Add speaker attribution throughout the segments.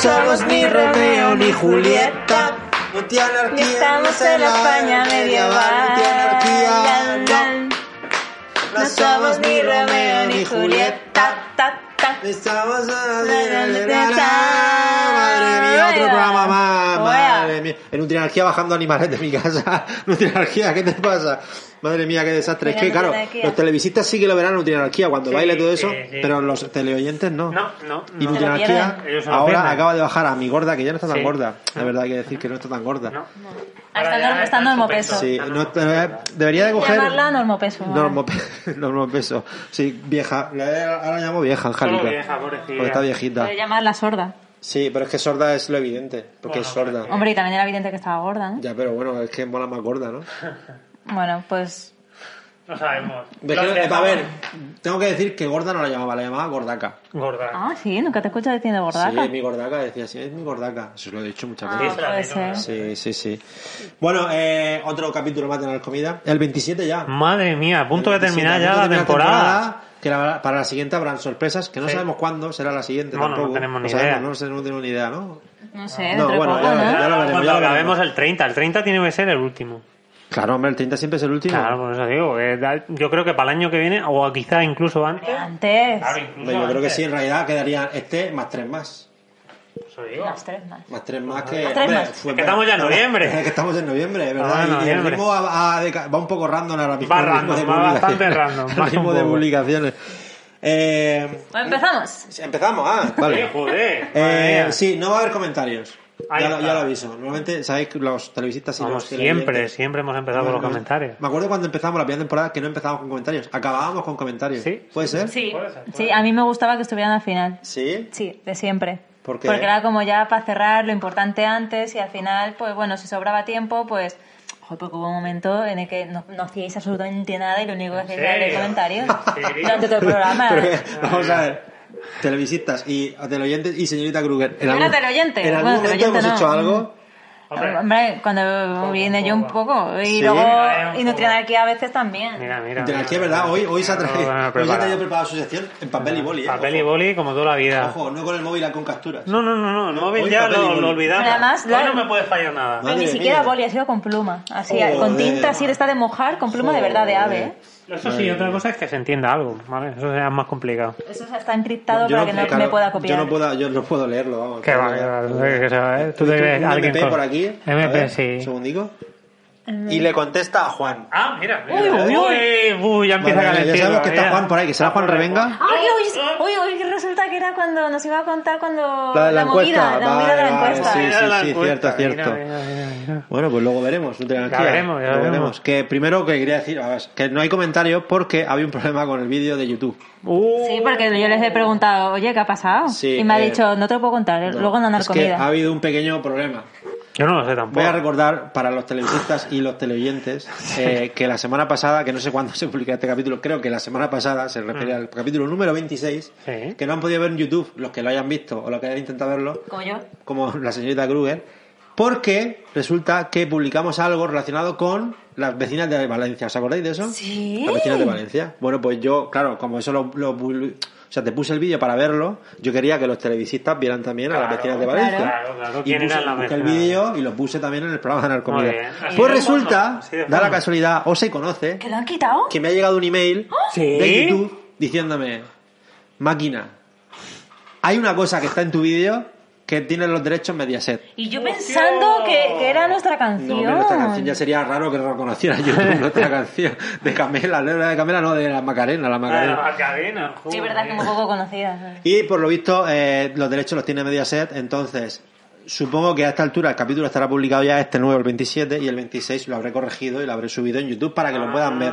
Speaker 1: somos ni Romeo ni Julieta. No tiene
Speaker 2: Y
Speaker 1: anarquía.
Speaker 2: estamos
Speaker 1: no
Speaker 2: en la España medieval.
Speaker 1: No tiene anarquía.
Speaker 2: Lan,
Speaker 1: No,
Speaker 2: lan. No somos ni Romeo ni Julieta. Ta, ta.
Speaker 1: Estamos en la
Speaker 2: La, la, la, la,
Speaker 1: Madre mía, otro
Speaker 2: Oiga.
Speaker 1: programa más. Madre
Speaker 2: Oiga.
Speaker 1: mía. En Nutrinarquía bajando animales de mi casa. Nutrinarquía, ¿qué te pasa? Madre mía, qué desastre. Es
Speaker 2: Oiga,
Speaker 1: que, claro,
Speaker 2: Nutrinarquía.
Speaker 1: los televisistas sí que lo verán en Nutrinarquía cuando
Speaker 3: Sí,
Speaker 1: baile todo eso,
Speaker 3: sí, sí.
Speaker 1: pero los teleoyentes no.
Speaker 3: No, no,
Speaker 1: Y
Speaker 3: no.
Speaker 2: Nutri-
Speaker 1: Nutrinarquía
Speaker 3: pierden. Ellos se lo
Speaker 1: ahora
Speaker 3: pierden.
Speaker 1: acaba de bajar a mi gorda, que ya no está tan
Speaker 3: Sí. Ah.
Speaker 1: gorda. De verdad hay que decir que no está tan gorda.
Speaker 3: No.
Speaker 2: Ah,
Speaker 3: Ahora
Speaker 2: está
Speaker 3: ya
Speaker 2: nor- está normopeso.
Speaker 3: estupendo.
Speaker 1: Sí,
Speaker 3: Está
Speaker 1: no,
Speaker 3: normopeso.
Speaker 1: eh, debería de coger...
Speaker 2: Llamarla normopeso. ¿vale?
Speaker 1: Normope- normopeso. Sí, vieja. La- Ahora la llamo vieja, Angélica.
Speaker 3: Solo vieja, pobrecilla.
Speaker 1: Porque está viejita.
Speaker 2: Puede llamarla sorda.
Speaker 1: Sí, pero es que sorda es lo evidente, porque
Speaker 3: Bueno, pues
Speaker 1: es sorda.
Speaker 3: pero-
Speaker 2: Hombre, y también era evidente que estaba gorda, ¿no?
Speaker 1: Ya, pero bueno, es que mola más gorda, ¿no?
Speaker 2: Bueno, pues
Speaker 3: No sabemos.
Speaker 1: Es
Speaker 3: Los
Speaker 1: que-
Speaker 3: dejamos-
Speaker 1: a ver, tengo que decir que gorda no la llamaba, la llamaba gordaca.
Speaker 3: Gorda.
Speaker 2: Ah, sí, nunca te escucho diciendo gordaca.
Speaker 1: Sí, mi gordaca, decía, sí, es mi gordaca. Se lo he dicho muchas
Speaker 2: Ah,
Speaker 1: veces.
Speaker 3: Sí, se la
Speaker 2: puede
Speaker 3: digo, ¿no?
Speaker 2: ser.
Speaker 1: Sí, sí, sí. Bueno, eh, otro capítulo más de la comida. El 27 ya.
Speaker 3: Madre mía, a punto de terminar
Speaker 1: 27,
Speaker 3: ya
Speaker 1: punto
Speaker 3: la
Speaker 1: de terminar
Speaker 3: temporada.
Speaker 1: temporada, que la- para la siguiente habrán sorpresas, que no
Speaker 3: Sí.
Speaker 1: sabemos cuándo será la siguiente
Speaker 3: Bueno, no
Speaker 1: tampoco.
Speaker 3: tenemos ni
Speaker 1: sabemos,
Speaker 3: idea.
Speaker 1: no sé, no tenemos ni idea, ¿no?
Speaker 2: No sé,
Speaker 1: No,
Speaker 2: entre
Speaker 1: bueno,
Speaker 2: poco,
Speaker 1: ya
Speaker 2: ¿no?
Speaker 1: veremos. lo veremos, ya lo
Speaker 3: Cuando acabemos
Speaker 1: veremos.
Speaker 3: el 30. El 30 tiene que ser el último.
Speaker 1: Claro, hombre, el 30 siempre es el último.
Speaker 3: Claro, por eso digo. eh, da- Yo creo que para el año que viene, o quizá incluso antes.
Speaker 2: Antes.
Speaker 3: Claro, incluso
Speaker 1: Pues Yo creo que
Speaker 3: antes.
Speaker 1: sí, en realidad quedaría este más tres más.
Speaker 3: Por eso digo.
Speaker 2: Las tres más.
Speaker 1: Más tres más que.
Speaker 2: Más tres
Speaker 1: hombre,
Speaker 2: más.
Speaker 1: fue-
Speaker 3: Es que estamos ya en noviembre.
Speaker 1: Es que estamos en noviembre, es ¿verdad?
Speaker 3: Estamos en
Speaker 1: Y- y, el
Speaker 3: noviembre.
Speaker 1: ritmo va, va deca- va un poco random ahora mismo.
Speaker 3: Va
Speaker 1: el ritmo
Speaker 3: random,
Speaker 1: de
Speaker 3: va
Speaker 1: publicaciones.
Speaker 3: bastante random,
Speaker 1: El
Speaker 3: va
Speaker 1: ritmo
Speaker 3: un
Speaker 1: de
Speaker 3: poco.
Speaker 1: publicaciones. Eh,
Speaker 2: Pues empezamos.
Speaker 1: empezamos, ah,
Speaker 3: Eh,
Speaker 1: vale.
Speaker 3: joder. madre
Speaker 1: Eh,
Speaker 3: mía.
Speaker 1: sí, no va a haber comentarios.
Speaker 3: Ahí
Speaker 1: Ya, lo-
Speaker 3: está.
Speaker 1: ya lo aviso. Normalmente, sabéis que los televisistas y
Speaker 3: Vamos,
Speaker 1: los
Speaker 3: siempre,
Speaker 1: televidentes-
Speaker 3: siempre hemos empezado con los
Speaker 1: Bueno,
Speaker 3: comentarios.
Speaker 1: Me acuerdo cuando empezamos la primera temporada que no empezábamos con comentarios. Acabábamos con comentarios.
Speaker 3: Sí.
Speaker 1: ¿Puede ser?
Speaker 2: Sí.
Speaker 3: Puede ser, puede
Speaker 2: Sí, a mí me gustaba que estuvieran al final.
Speaker 1: ¿Sí?
Speaker 2: Sí, de siempre.
Speaker 1: ¿Por qué?
Speaker 2: Porque era como ya para cerrar lo importante antes y al final, pues bueno, si sobraba tiempo, pues... Joder, porque hubo un momento en el que no, no hacíais absolutamente nada y lo único que hacíais era leer
Speaker 3: serio?
Speaker 2: comentarios
Speaker 3: ¿En serio?
Speaker 2: durante todo el programa. ¿eh?
Speaker 1: Pero que- vamos a ver. Televisistas y teleoyentes y señorita Kruger. En
Speaker 2: Yo era
Speaker 1: algún-
Speaker 2: teleoyente.
Speaker 1: En algún
Speaker 2: Bueno,
Speaker 1: momento
Speaker 2: teleoyente
Speaker 1: hemos
Speaker 2: no. Mm.
Speaker 1: hecho algo.
Speaker 3: Hombre,
Speaker 2: Hombre, cuando viene yo un poco. Y
Speaker 1: Sí.
Speaker 2: luego,
Speaker 3: Mira, eh,
Speaker 2: y Nutrianarquía a veces también.
Speaker 3: Mira, mira.
Speaker 1: De aquí,
Speaker 3: mira,
Speaker 1: ¿verdad?
Speaker 3: mira.
Speaker 1: Hoy, hoy se ha
Speaker 3: Bueno,
Speaker 1: traído,
Speaker 3: bueno,
Speaker 1: hoy se ha
Speaker 3: preparado.
Speaker 1: traído preparada su sección en papel y boli. ¿eh?
Speaker 3: Papel y
Speaker 1: Ojo.
Speaker 3: boli ah. como toda la vida.
Speaker 1: Ojo, no con el móvil, con capturas.
Speaker 3: No, no, no, no. El móvil
Speaker 1: Hoy
Speaker 3: ya
Speaker 1: papel y
Speaker 3: lo,
Speaker 1: boli.
Speaker 3: lo olvidamos.
Speaker 2: Pero además,
Speaker 3: Hoy
Speaker 2: la-
Speaker 3: no me puede fallar nada.
Speaker 1: Madre
Speaker 2: Pero ni siquiera
Speaker 1: mía.
Speaker 2: boli, ha sido con pluma. Así,
Speaker 1: Joder.
Speaker 2: con tinta, así de esta de mojar, con pluma de verdad de ave. ¿eh?
Speaker 3: Eso sí, otra cosa es que se entienda algo, ¿vale? Eso será más complicado.
Speaker 2: Eso está encriptado
Speaker 1: Yo
Speaker 2: para que no
Speaker 1: claro,
Speaker 2: me pueda copiar.
Speaker 1: Yo no puedo, yo no puedo leerlo, vamos.
Speaker 3: Que va, que va, que se va, ¿eh? Tú te crees
Speaker 1: un
Speaker 3: alguien
Speaker 1: MP
Speaker 3: con-
Speaker 1: por aquí. A
Speaker 3: MP,
Speaker 1: ver,
Speaker 3: sí.
Speaker 1: un segundico. Y le contesta a Juan.
Speaker 3: Ah, mira. mira.
Speaker 2: Uy, uy,
Speaker 3: uy, uy, ya empieza a
Speaker 1: Madre mía,
Speaker 3: calentar.
Speaker 1: ya sabemos que está Juan por ahí, que será Juan Revenga.
Speaker 2: Ay, hoy, hoy, hoy resulta que era cuando nos iba a contar cuando
Speaker 1: La de la encuesta,
Speaker 2: movida, la movida de la
Speaker 1: vale, vale,
Speaker 2: encuesta.
Speaker 1: sí,
Speaker 3: Mira la
Speaker 1: sí,
Speaker 3: encuesta,
Speaker 1: cierto,
Speaker 3: mira,
Speaker 1: cierto.
Speaker 3: mira, mira, mira.
Speaker 1: Bueno, pues luego veremos. no tengan
Speaker 3: Ya
Speaker 1: que-
Speaker 3: veremos, ya
Speaker 1: lo
Speaker 3: veremos.
Speaker 1: Que primero que quería decir, a ver, que no hay comentarios porque había un problema con el vídeo de YouTube.
Speaker 3: Uh,
Speaker 2: Sí, porque yo les he preguntado, oye, ¿qué ha pasado?
Speaker 1: Sí,
Speaker 2: y me ha
Speaker 1: eh,
Speaker 2: dicho, no te lo puedo contar, eh, luego no dan
Speaker 1: es que
Speaker 2: comida.
Speaker 1: ha habido un pequeño problema.
Speaker 3: Yo no lo sé
Speaker 1: Voy a
Speaker 3: tampoco.
Speaker 1: recordar para los televisistas y los teleoyentes eh, que la semana pasada, que no sé cuándo se publica este capítulo, creo que la semana pasada se refiere al capítulo número 26,
Speaker 3: Mm. Sí.
Speaker 1: que no han podido ver en YouTube los que lo hayan visto o los que hayan intentado verlo,
Speaker 2: Como yo.
Speaker 1: como la señorita Kruger, porque resulta que publicamos algo relacionado con las vecinas de Valencia. ¿Os acordáis de eso?
Speaker 2: Sí.
Speaker 1: Las vecinas de Valencia. Bueno, pues yo, claro, como eso lo... lo pul- o sea, te puse el vídeo para verlo. Yo quería que los televisistas vieran también a las
Speaker 3: Claro,
Speaker 1: vecinas de Valencia.
Speaker 3: claro, claro.
Speaker 1: Y
Speaker 3: ¿Quién eran
Speaker 1: puse-
Speaker 3: las
Speaker 1: busqué el
Speaker 3: vecinas?
Speaker 1: vídeo y lo puse también en el programa de Narcomida.
Speaker 3: Muy bien. Así
Speaker 1: Pues
Speaker 3: de fondo,
Speaker 1: resulta,
Speaker 3: así de
Speaker 1: da la
Speaker 3: fondo.
Speaker 1: casualidad, o se conoce,
Speaker 2: ¿Que lo han quitado?
Speaker 1: que me ha llegado un email
Speaker 3: ¿Sí?
Speaker 1: de YouTube diciéndome, máquina, hay una cosa que está en tu vídeo que tiene los derechos Mediaset.
Speaker 2: Y yo pensando que, que era nuestra canción.
Speaker 1: No, hombre, nuestra canción ya sería raro que reconociera YouTube nuestra canción de Camela, no era de Camela, no, de la Macarena, la
Speaker 3: Ah,
Speaker 1: Macarena.
Speaker 3: la cadena,
Speaker 2: Sí,
Speaker 3: joder.
Speaker 2: verdad que muy poco conocida.
Speaker 1: Y por lo visto, eh, los derechos los tiene Mediaset, entonces supongo que a esta altura el capítulo estará publicado ya este nuevo, el 27, y el 26 lo habré corregido y lo habré subido en YouTube para que lo puedan ver,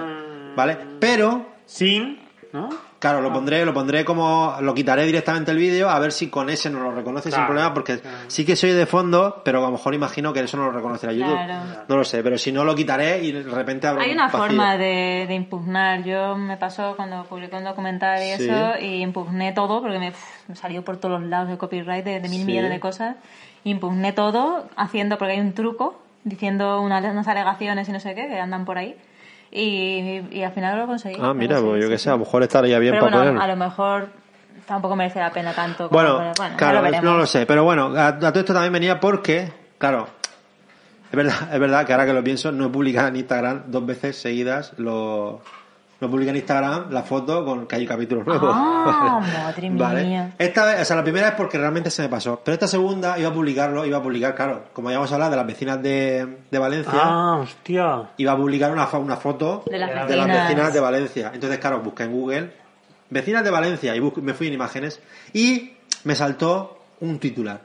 Speaker 1: ¿vale? Pero,
Speaker 3: Sin, ¿no?
Speaker 1: claro, lo pondré, lo pondré como, lo quitaré directamente el vídeo, a ver si con ese no lo reconoce sin
Speaker 3: Claro,
Speaker 1: problema, porque sí que soy de fondo, pero a lo mejor imagino que eso no lo reconocerá YouTube.
Speaker 2: Claro.
Speaker 1: No lo sé, pero si no lo quitaré y de repente habrá
Speaker 2: Hay una forma de, de impugnar. Yo me pasó cuando publiqué un documental y
Speaker 1: Sí.
Speaker 2: eso, y impugné todo, porque me, pf, me salió por todos los lados el copyright de, de mil
Speaker 1: Sí.
Speaker 2: millones de cosas. Impugné todo haciendo, porque hay un truco, diciendo una- unas alegaciones y no sé qué, que andan por ahí. Y, y al final lo conseguí.
Speaker 1: Ah, mira,
Speaker 2: Algo así,
Speaker 1: pues yo
Speaker 2: sí,
Speaker 1: que
Speaker 2: sí.
Speaker 1: sé, a lo mejor estaría bien
Speaker 2: Pero
Speaker 1: para
Speaker 2: bueno, a
Speaker 1: poner.
Speaker 2: lo mejor tampoco merece la pena tanto. como-
Speaker 1: Bueno,
Speaker 2: bueno, ya
Speaker 1: claro,
Speaker 2: lo veremos.
Speaker 1: no lo sé. Pero bueno, a, a todo esto también venía porque, claro, es verdad, es verdad que ahora que lo pienso, no he publicado en Instagram dos veces seguidas lo. No publiqué en Instagram la foto con que hay capítulos nuevos.
Speaker 2: Ah, madre mía.
Speaker 1: Esta vez, o sea, la primera es porque realmente se me pasó. Pero esta segunda iba a publicarlo, iba a publicar, claro, como ya hemos hablado de las vecinas de, de Valencia,
Speaker 3: Ah, hostia.
Speaker 1: iba a publicar una, fa- una foto
Speaker 2: De las
Speaker 1: de las
Speaker 2: vecinas.
Speaker 1: vecinas de Valencia. Entonces, claro, busqué en Google vecinas de Valencia y busco- me fui en imágenes y me saltó un titular.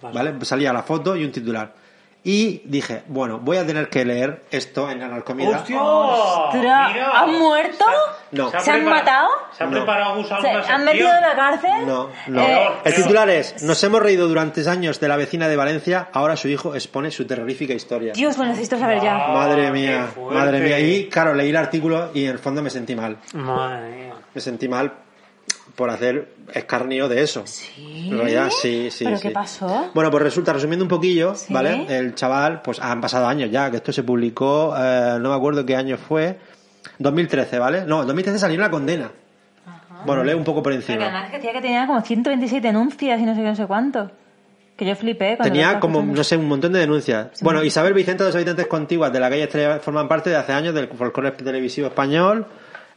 Speaker 3: Vale.
Speaker 1: ¿Vale? Salía la foto y un titular. Y dije, bueno, voy a tener que leer esto en Anarcomida.
Speaker 3: ¡Hostia!
Speaker 2: Ostras,
Speaker 3: Mira.
Speaker 2: ¿han muerto?
Speaker 1: No.
Speaker 2: ¿Se han
Speaker 3: prepara-
Speaker 2: matado?
Speaker 3: ¿Se han
Speaker 1: No.
Speaker 3: preparado Gus a
Speaker 2: ¿Se
Speaker 3: una
Speaker 2: han
Speaker 3: sección?
Speaker 2: metido en la cárcel?
Speaker 1: No, no.
Speaker 2: Eh,
Speaker 1: el titular es, nos hemos reído durante años de la vecina de Valencia, ahora su hijo expone su terrorífica historia.
Speaker 2: Dios, lo necesito saber ya.
Speaker 1: Madre
Speaker 3: Ah,
Speaker 1: mía,
Speaker 3: qué fuerte.
Speaker 1: madre mía. Y claro, leí el artículo y en el fondo me sentí mal.
Speaker 3: Madre mía.
Speaker 1: Me sentí mal por hacer escarnio de eso.
Speaker 2: ¿Sí?
Speaker 1: En realidad, sí, sí.
Speaker 2: ¿Pero
Speaker 1: sí.
Speaker 2: qué pasó?
Speaker 1: Bueno, pues resulta, resumiendo un poquillo,
Speaker 2: Sí.
Speaker 1: ¿vale? El chaval, pues han pasado años ya, que esto se publicó, eh, no me acuerdo qué año fue, 2013, ¿vale? No, en 2013 salió la condena. Bueno, leo un poco por
Speaker 2: Pero que
Speaker 1: encima.
Speaker 2: además que decía que tenía como 127 denuncias y no sé qué, no sé cuánto. Que yo flipé cuando lo
Speaker 1: Tenía
Speaker 2: estaba
Speaker 1: como,
Speaker 2: escuchando.
Speaker 1: no sé, un montón de denuncias. Bueno, Isabel Vicente, dos habitantes contiguas de la calle Estrella, forman parte de hace años del folclore televisivo español,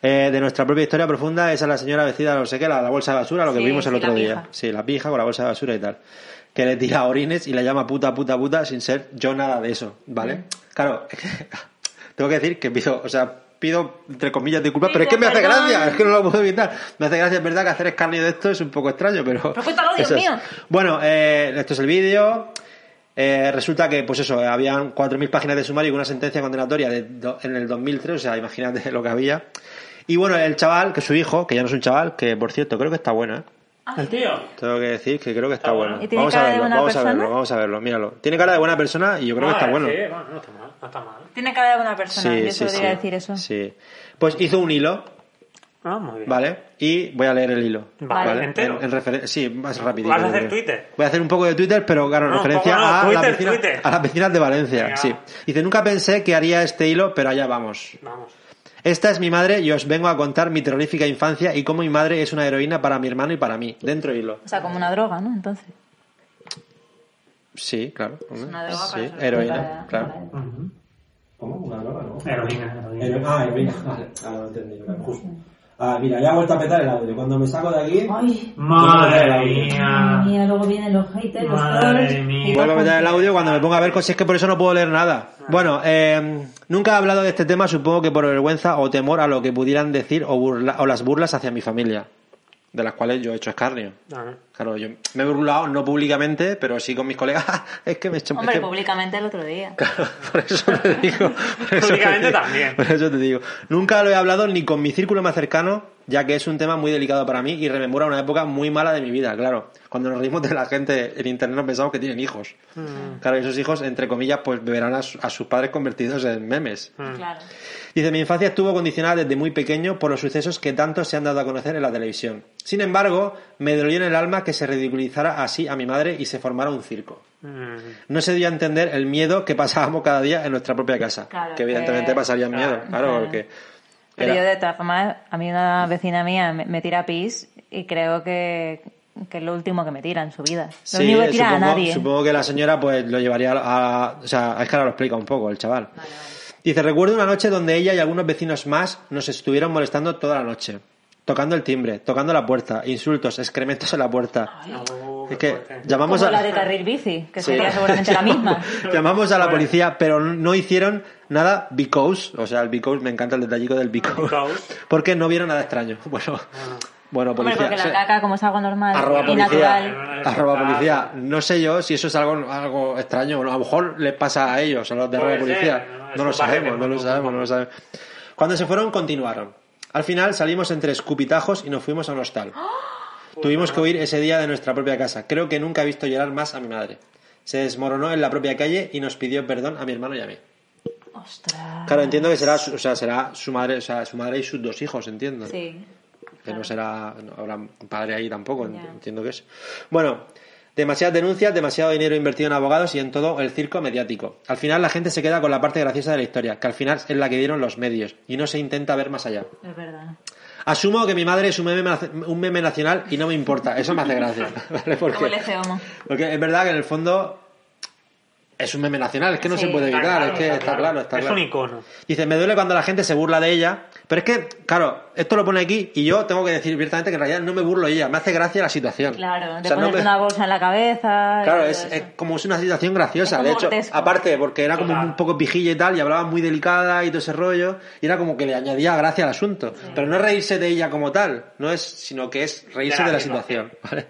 Speaker 1: eh, de nuestra propia historia profunda. Esa es la señora vestida, no sé qué, la, la bolsa de basura, lo que
Speaker 2: Sí,
Speaker 1: vimos el
Speaker 2: sí,
Speaker 1: otro
Speaker 2: la
Speaker 1: día.
Speaker 2: pija.
Speaker 1: Sí, la pija con la bolsa de basura y tal. Que le tira orines y la llama puta, puta, puta, sin ser yo nada de eso, ¿vale? Claro, tengo que decir que pido, o sea, pido, entre comillas, disculpas,
Speaker 2: Sí,
Speaker 1: pero es que me
Speaker 2: con
Speaker 1: hace
Speaker 2: perdón.
Speaker 1: gracia, es que no lo puedo evitar. Me hace gracia, es verdad, que hacer escarnio de esto es un poco extraño, pero...
Speaker 2: Pero cuéntalo, Dios
Speaker 1: eso es.
Speaker 2: mío.
Speaker 1: Bueno, eh, esto es el vídeo. Eh, resulta que, pues eso, habían 4.000 páginas de sumario con una sentencia condenatoria de do- en el 2003, o sea, imagínate lo que había. Y bueno, el chaval, que su hijo, que ya no es un chaval, que por cierto, creo que está bueno, ¿eh?
Speaker 2: Ah,
Speaker 3: El tío.
Speaker 1: Tengo que decir que creo que está,
Speaker 3: Está
Speaker 1: bueno.
Speaker 3: bueno.
Speaker 2: ¿Y tiene
Speaker 1: Vamos a
Speaker 2: cara de
Speaker 1: verlo,
Speaker 2: buena
Speaker 1: vamos a verlo,
Speaker 2: persona?
Speaker 1: vamos a verlo, míralo. Tiene cara de buena persona y yo creo que está
Speaker 3: Ah,
Speaker 1: bueno.
Speaker 3: sí, bueno, no está mal, no está mal.
Speaker 2: Tiene cara de buena persona,
Speaker 1: Sí,
Speaker 2: yo
Speaker 1: sí,
Speaker 2: solo
Speaker 1: sí.
Speaker 2: diría decir eso.
Speaker 1: Sí. Pues hizo un hilo,
Speaker 3: Ah, muy bien.
Speaker 1: ¿vale? Y voy a leer el hilo.
Speaker 3: Vale, entero.
Speaker 1: En, en referen- sí, más rapidito.
Speaker 3: ¿Vas a
Speaker 1: yo
Speaker 3: hacer
Speaker 1: creo.
Speaker 3: Twitter?
Speaker 1: Voy a hacer un poco de Twitter, pero claro, en
Speaker 3: No, un
Speaker 1: referencia
Speaker 3: poco no,
Speaker 1: a,
Speaker 3: Twitter,
Speaker 1: las vecinas,
Speaker 3: Twitter.
Speaker 1: a las vecinas de Valencia.
Speaker 3: Venga.
Speaker 1: Sí. Dice, nunca pensé que haría este hilo, pero allá vamos.
Speaker 3: Vamos.
Speaker 1: Esta es mi madre y os vengo a contar mi terrorífica infancia y cómo mi madre es una heroína para mi hermano y para mí. Dentro hilo.
Speaker 2: O sea, como una droga, ¿no? Entonces.
Speaker 1: Sí, claro. Es
Speaker 2: una droga para
Speaker 1: Sí,
Speaker 2: eso,
Speaker 1: heroína,
Speaker 2: para-
Speaker 1: claro.
Speaker 2: para-
Speaker 4: ¿Cómo? ¿Una droga, no?
Speaker 3: Heroína, heroína.
Speaker 4: Hero- Ah, heroína. Vale, ah, lo he entendido, claro, justo. Ah, mira, ya ha vuelto a petar el audio. Cuando me saco de aquí...
Speaker 2: Ay,
Speaker 3: Madre
Speaker 2: madre
Speaker 3: mía.
Speaker 2: mía, luego vienen los haters, los
Speaker 3: Madre
Speaker 2: trolls,
Speaker 3: mía.
Speaker 2: y
Speaker 1: Vuelvo a
Speaker 2: todo
Speaker 1: meter el audio cuando me ponga a ver cosas, es que por eso no puedo leer nada. Bueno, eh, nunca he hablado de este tema, supongo que por vergüenza o temor a lo que pudieran decir o, burla- o las burlas hacia mi familia, de las cuales yo he hecho escarnio.
Speaker 3: Ah,
Speaker 1: Claro, yo me he burlado, no públicamente, pero sí con mis colegas. es que me he hecho...
Speaker 2: Hombre, pues
Speaker 1: es que-
Speaker 2: públicamente el otro día.
Speaker 1: Claro, por eso te digo. por eso te
Speaker 3: Públicamente
Speaker 1: digo,
Speaker 3: también.
Speaker 1: Por eso te digo. Nunca lo he hablado ni con mi círculo más cercano, ya que es un tema muy delicado para mí y rememora una época muy mala de mi vida, claro. Cuando nos rimos de la gente en internet nos pensamos que tienen hijos. Claro, y esos hijos, entre comillas, pues beberán a, su- a sus padres convertidos en memes.
Speaker 2: Claro.
Speaker 1: Dice, mi infancia estuvo condicionada desde muy pequeño por los sucesos que tanto se han dado a conocer en la televisión. Sin embargo, me dolió en el alma que se ridiculizara así a mi madre y se formara un circo
Speaker 3: mm.
Speaker 1: no se dio a entender el miedo que pasábamos cada día en nuestra propia casa.
Speaker 2: Claro,
Speaker 1: que evidentemente
Speaker 2: que-
Speaker 1: pasaría miedo,
Speaker 3: claro,
Speaker 1: claro,
Speaker 2: claro.
Speaker 1: porque...
Speaker 2: Pero
Speaker 1: era-
Speaker 2: yo, de todas formas, a mí una vecina mía me, me tira pis y creo que, que es lo último que me tira en su vida. Lo
Speaker 1: Sí,
Speaker 2: único que tira
Speaker 1: supongo,
Speaker 2: a nadie.
Speaker 1: supongo que la señora pues lo llevaría a... O sea, es que ahora lo explica un poco el chaval. Dice, recuerdo una noche donde ella y algunos vecinos más nos estuvieron molestando toda la noche. Tocando el timbre, tocando la puerta, insultos, excrementos en la puerta.
Speaker 3: Oh,
Speaker 1: es
Speaker 3: qué
Speaker 1: que
Speaker 3: fuerte.
Speaker 1: llamamos
Speaker 2: Como
Speaker 1: a...
Speaker 2: la de carril bici, que
Speaker 1: Sí.
Speaker 2: sería seguramente la misma.
Speaker 1: Llamamos a la policía, pero no hicieron nada because, o sea, el because, me encanta el detallico del
Speaker 3: eh,
Speaker 1: because,
Speaker 3: Because.
Speaker 1: porque no vieron nada extraño. Bueno, bueno,
Speaker 2: Hombre,
Speaker 1: policía,
Speaker 2: porque
Speaker 1: o
Speaker 2: la
Speaker 1: sea,
Speaker 2: caca, como es algo normal
Speaker 1: arroba
Speaker 2: y natural.
Speaker 1: policía,
Speaker 3: natural.
Speaker 1: arroba policía, no sé yo si eso es algo, algo extraño, o a lo mejor les pasa a ellos, a los de arroba
Speaker 3: Puede ser,
Speaker 1: policía,
Speaker 3: no,
Speaker 1: no
Speaker 3: eso
Speaker 1: lo
Speaker 3: pasa
Speaker 1: sabemos,
Speaker 3: que
Speaker 1: no lo
Speaker 3: no-
Speaker 1: sabemos, no lo sabemos. Cuando se fueron, continuaron. Al final salimos entre escupitajos y nos fuimos a un hostal.
Speaker 2: Pues
Speaker 1: Tuvimos que huir ese día de nuestra propia casa. Creo que nunca he visto llorar más a mi madre. Se desmoronó en la propia calle y nos pidió perdón a mi hermano y a mí.
Speaker 2: Ostras.
Speaker 1: Claro, entiendo que será, su- o sea, será su madre, o sea, su madre y sus dos hijos, entiendo.
Speaker 2: Sí.
Speaker 1: Que no será, no habrá un padre ahí tampoco, ent-
Speaker 2: Ya.
Speaker 1: entiendo que es. Bueno, demasiadas denuncias, demasiado dinero invertido en abogados y en todo el circo mediático. Al final la gente se queda con la parte graciosa de la historia, que al final es la que dieron los medios y no se intenta ver más allá.
Speaker 2: Es verdad.
Speaker 1: Asumo que mi madre es un meme, nace- un meme nacional y no me importa. Eso me hace gracia. ¿Vale?
Speaker 2: Como el
Speaker 1: Porque,
Speaker 2: FOMO.
Speaker 1: porque es verdad que en el fondo es un meme nacional. Es que no
Speaker 2: Sí.
Speaker 1: se puede
Speaker 3: Está
Speaker 1: evitar.
Speaker 3: claro,
Speaker 1: es que Eh, está claro. está
Speaker 3: es
Speaker 1: claro.
Speaker 3: un icono.
Speaker 1: Dice, me duele cuando la gente se burla de ella. Pero es que, claro, esto lo pone aquí y yo tengo que decir abiertamente que en realidad no me burlo de ella. Me hace gracia la situación.
Speaker 2: Claro,
Speaker 1: O
Speaker 2: te
Speaker 1: sea, no
Speaker 2: pones
Speaker 1: me-
Speaker 2: una bolsa en la cabeza. y
Speaker 1: Claro,
Speaker 2: todo
Speaker 1: es,
Speaker 2: eso.
Speaker 1: es como es una situación
Speaker 2: Es
Speaker 1: graciosa.
Speaker 2: como
Speaker 1: De hecho,
Speaker 2: grotesco.
Speaker 1: aparte, porque era como
Speaker 3: Total.
Speaker 1: un poco pijilla y tal, y hablaba muy delicada y todo ese rollo, y era como que le añadía gracia al asunto. Pero no es reírse de ella como tal, no es, sino que es reírse
Speaker 3: De
Speaker 1: de
Speaker 3: la
Speaker 1: la situación. ¿vale?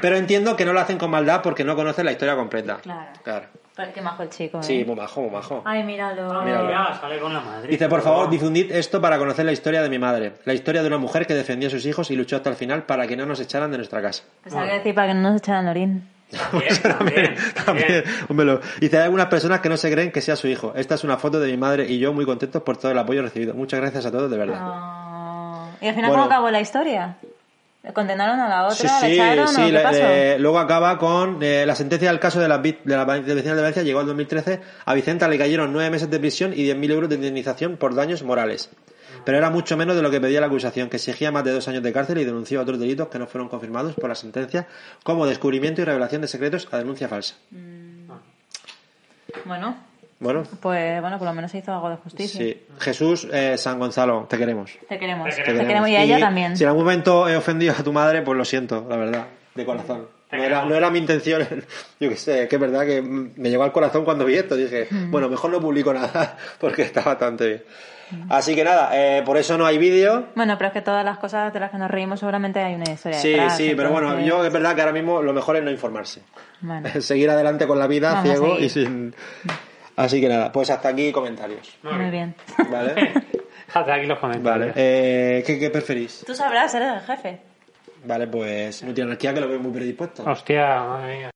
Speaker 1: Pero entiendo que no lo hacen con maldad porque no conocen la historia completa.
Speaker 2: Claro. Pero qué majo el chico. ¿eh?
Speaker 1: Sí, muy majo, muy majo.
Speaker 2: Ay, míralo.
Speaker 1: Mira, Míralo.
Speaker 3: Mira, Ah, sale con la madre.
Speaker 1: Dice, por favor, difundid esto para conocer la historia de mi madre. La historia de una mujer que defendió a sus hijos y luchó hasta el final para que no nos echaran de nuestra casa.
Speaker 2: Pensaba que decir para que no nos echaran orín.
Speaker 3: Bien,
Speaker 1: También,
Speaker 3: bien,
Speaker 1: también.
Speaker 3: bien.
Speaker 1: Hombre, lo- Dice, hay algunas personas que no se creen que sea su hijo. Esta es una foto de mi madre y yo muy contentos por todo el apoyo recibido. Muchas gracias a todos, de verdad.
Speaker 2: Ah. Y al final, ¿cómo
Speaker 1: Bueno.
Speaker 2: acabó la historia? ¿Le ¿Condenaron a la otra?
Speaker 1: Sí,
Speaker 2: ¿La
Speaker 1: sí,
Speaker 2: echaron?
Speaker 1: sí,
Speaker 2: ¿O qué
Speaker 1: le-
Speaker 2: pasó?
Speaker 1: le- luego acaba con eh, la sentencia del caso de las vi- de la de vecinas de Valencia llegó en 2013. A Vicenta le cayeron nueve meses de prisión y 10.000 euros de indemnización por daños morales. Pero era mucho menos de lo que pedía la acusación, que exigía más de dos años de cárcel y denunció otros delitos que no fueron confirmados por la sentencia, como descubrimiento y revelación de secretos a denuncia falsa.
Speaker 2: Bueno,
Speaker 1: Bueno,
Speaker 2: pues bueno, por lo menos se hizo algo de justicia.
Speaker 1: Sí. Jesús eh, San Gonzalo, te queremos.
Speaker 2: Te queremos.
Speaker 3: Te
Speaker 2: Te
Speaker 3: queremos.
Speaker 2: queremos. Y a ella también.
Speaker 1: Si en algún momento he ofendido a tu madre, pues lo siento, la verdad, de corazón.
Speaker 3: Te
Speaker 1: No era,
Speaker 3: queremos.
Speaker 1: no era mi intención, yo qué sé, que es verdad que mm, me llegó al corazón cuando vi esto. Dije,
Speaker 2: Mm.
Speaker 1: bueno, mejor no publico nada porque está bastante bien.
Speaker 2: Mm.
Speaker 1: Así que nada, eh, por eso no hay vídeo.
Speaker 2: Bueno, pero es que todas las cosas de las que nos reímos seguramente hay una historia
Speaker 1: Sí,
Speaker 2: detrás,
Speaker 1: sí, pero bueno,
Speaker 2: entonces-
Speaker 1: yo es verdad que ahora mismo lo mejor es no informarse.
Speaker 2: Bueno.
Speaker 1: Seguir adelante con la vida
Speaker 2: Vamos a
Speaker 1: ciego y
Speaker 2: seguir.
Speaker 1: sin. Así que nada, pues hasta aquí comentarios.
Speaker 3: Muy
Speaker 2: Muy
Speaker 3: bien.
Speaker 2: bien.
Speaker 1: Vale,
Speaker 3: Hasta aquí los
Speaker 1: vale.
Speaker 3: comentarios.
Speaker 1: Eh, ¿qué- ¿Qué preferís?
Speaker 2: Tú sabrás, eres el jefe.
Speaker 1: Vale, pues no tiene anarquía que lo veo muy predispuesto.
Speaker 3: Hostia, madre mía.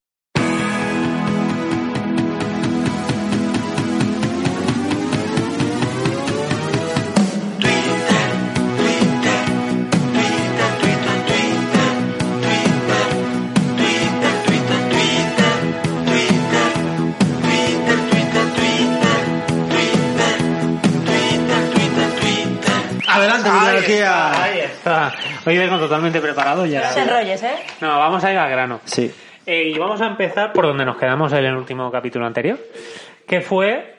Speaker 1: ¡Adelante, mi anarquía!
Speaker 3: Ahí está. Hoy vengo totalmente preparado ya.
Speaker 2: No te enrolles, ¿eh?
Speaker 3: No, vamos a ir al grano.
Speaker 1: Sí.
Speaker 3: Eh, y vamos a empezar por donde nos quedamos en el último capítulo anterior, que fue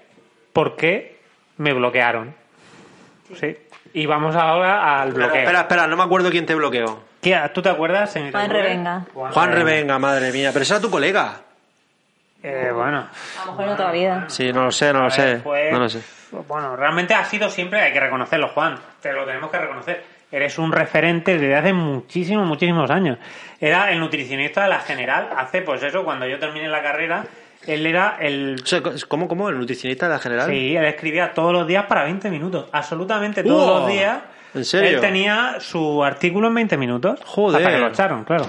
Speaker 3: por qué me bloquearon. Sí. Y vamos ahora al bloqueo.
Speaker 1: espera, espera, no me acuerdo quién te bloqueó.
Speaker 3: ¿Qué- ¿Tú te acuerdas? señorita
Speaker 2: Juan
Speaker 3: Rubén?
Speaker 2: Revenga.
Speaker 1: Juan Revenga, madre mía, pero ese era tu colega.
Speaker 3: Eh, bueno.
Speaker 2: A lo mejor no toda vida.
Speaker 1: Sí, no lo sé, no lo
Speaker 3: A
Speaker 1: sé.
Speaker 3: ver, fue-
Speaker 1: No lo sé.
Speaker 3: Bueno, realmente ha sido siempre, hay que reconocerlo, Juan. Te lo tenemos que reconocer. Eres un referente desde hace muchísimos, muchísimos años. Era el nutricionista de la general. Hace, pues eso, cuando yo terminé la carrera, él era el.
Speaker 1: O sea, ¿cómo, cómo? ¿El nutricionista de la general?
Speaker 3: Sí, él escribía todos los días para 20 minutos. Absolutamente todos
Speaker 1: ¡Uah!
Speaker 3: los días.
Speaker 1: ¿En serio?
Speaker 3: Él tenía su artículo en 20 minutos.
Speaker 1: Joder.
Speaker 3: Hasta que lo echaron, claro.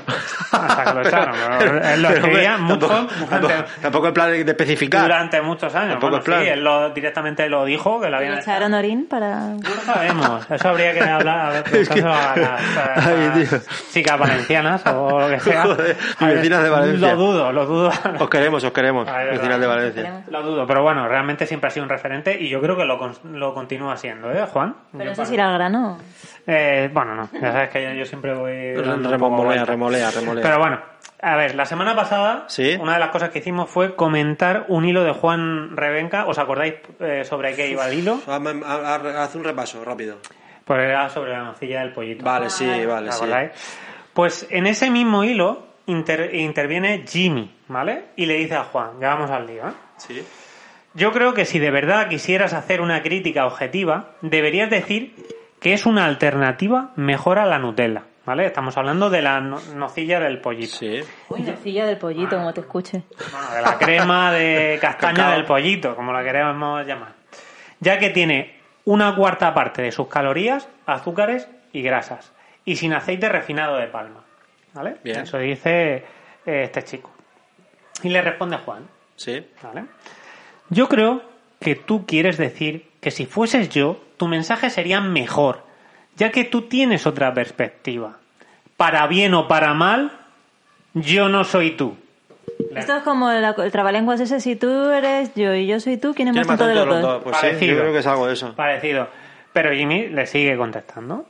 Speaker 3: Hasta que lo echaron. pero él lo
Speaker 1: Pero, hombre,
Speaker 3: escribía mucho.
Speaker 1: Tampoco,
Speaker 3: durante-
Speaker 1: tampoco, tampoco en plan de especificar.
Speaker 3: durante muchos años.
Speaker 1: Tampoco
Speaker 3: Bueno,
Speaker 1: es plan.
Speaker 3: sí, él lo- directamente lo dijo, que lo habían
Speaker 2: ¿Le echaron orín para...?
Speaker 3: No lo sabemos, eso habría que hablar, a ver,
Speaker 1: Es que-
Speaker 3: preguntárselo a las, a las
Speaker 1: Ay, tío.
Speaker 3: chicas valencianas o lo que sea.
Speaker 1: Joder,
Speaker 3: A ver,
Speaker 1: vecinas de Valencia.
Speaker 3: Lo dudo, lo dudo.
Speaker 1: Os queremos, os queremos,
Speaker 3: Ay, verdad.
Speaker 1: vecinas de Valencia.
Speaker 2: Esperemos.
Speaker 3: Lo dudo, pero bueno, realmente siempre ha sido un referente y yo creo que lo, con- lo continúa siendo, ¿eh, Juan?
Speaker 2: Pero
Speaker 3: Yo
Speaker 2: no sé
Speaker 3: creo.
Speaker 2: si era al grano.
Speaker 3: Eh, bueno, no, ya sabes que yo, yo siempre voy... dando un poco
Speaker 1: Remolea,
Speaker 3: vuelta.
Speaker 1: remolea, remolea.
Speaker 3: Pero bueno, a ver, la semana pasada,
Speaker 1: Sí.
Speaker 3: una de las cosas que hicimos fue comentar un hilo de Juan Rebenca. ¿Os acordáis eh, sobre qué iba el hilo?
Speaker 1: Hazme- ha- ha- Haz un repaso rápido.
Speaker 3: Pues era sobre la nocilla del pollito.
Speaker 1: Vale, sí, vale,
Speaker 3: ¿Os
Speaker 1: sí.
Speaker 3: acordáis? Pues en ese mismo hilo inter- interviene Jimmy, ¿vale? Y le dice a Juan, ya vamos al lío, ¿eh?
Speaker 1: Sí.
Speaker 3: Yo creo que si de verdad quisieras hacer una crítica objetiva, deberías decir que es una alternativa mejor a la Nutella, ¿vale? Estamos hablando de la no- nocilla del pollito.
Speaker 1: Sí.
Speaker 2: Uy, la silla del pollito, como te escuche.
Speaker 3: Bueno, de la crema de castaña
Speaker 1: Cacao.
Speaker 3: del pollito, como la queremos llamar. Ya que tiene una cuarta parte de sus calorías, azúcares y grasas. Y sin aceite refinado de palma. ¿Vale?
Speaker 1: Bien.
Speaker 3: Eso dice eh, este chico. Y le responde Juan.
Speaker 1: Sí.
Speaker 3: ¿Vale? Yo creo que tú quieres decir que si fueses yo, tu mensaje sería mejor, ya que tú tienes otra perspectiva. Para bien o para mal, yo no soy tú.
Speaker 2: Esto es como el, el trabalenguas ese, si tú eres yo y yo soy tú, ¿quién es más tonto de los dos?
Speaker 1: Pues sí, yo
Speaker 3: Parecido.
Speaker 1: creo que es algo de eso.
Speaker 3: Parecido. Pero Jimmy le sigue contestando.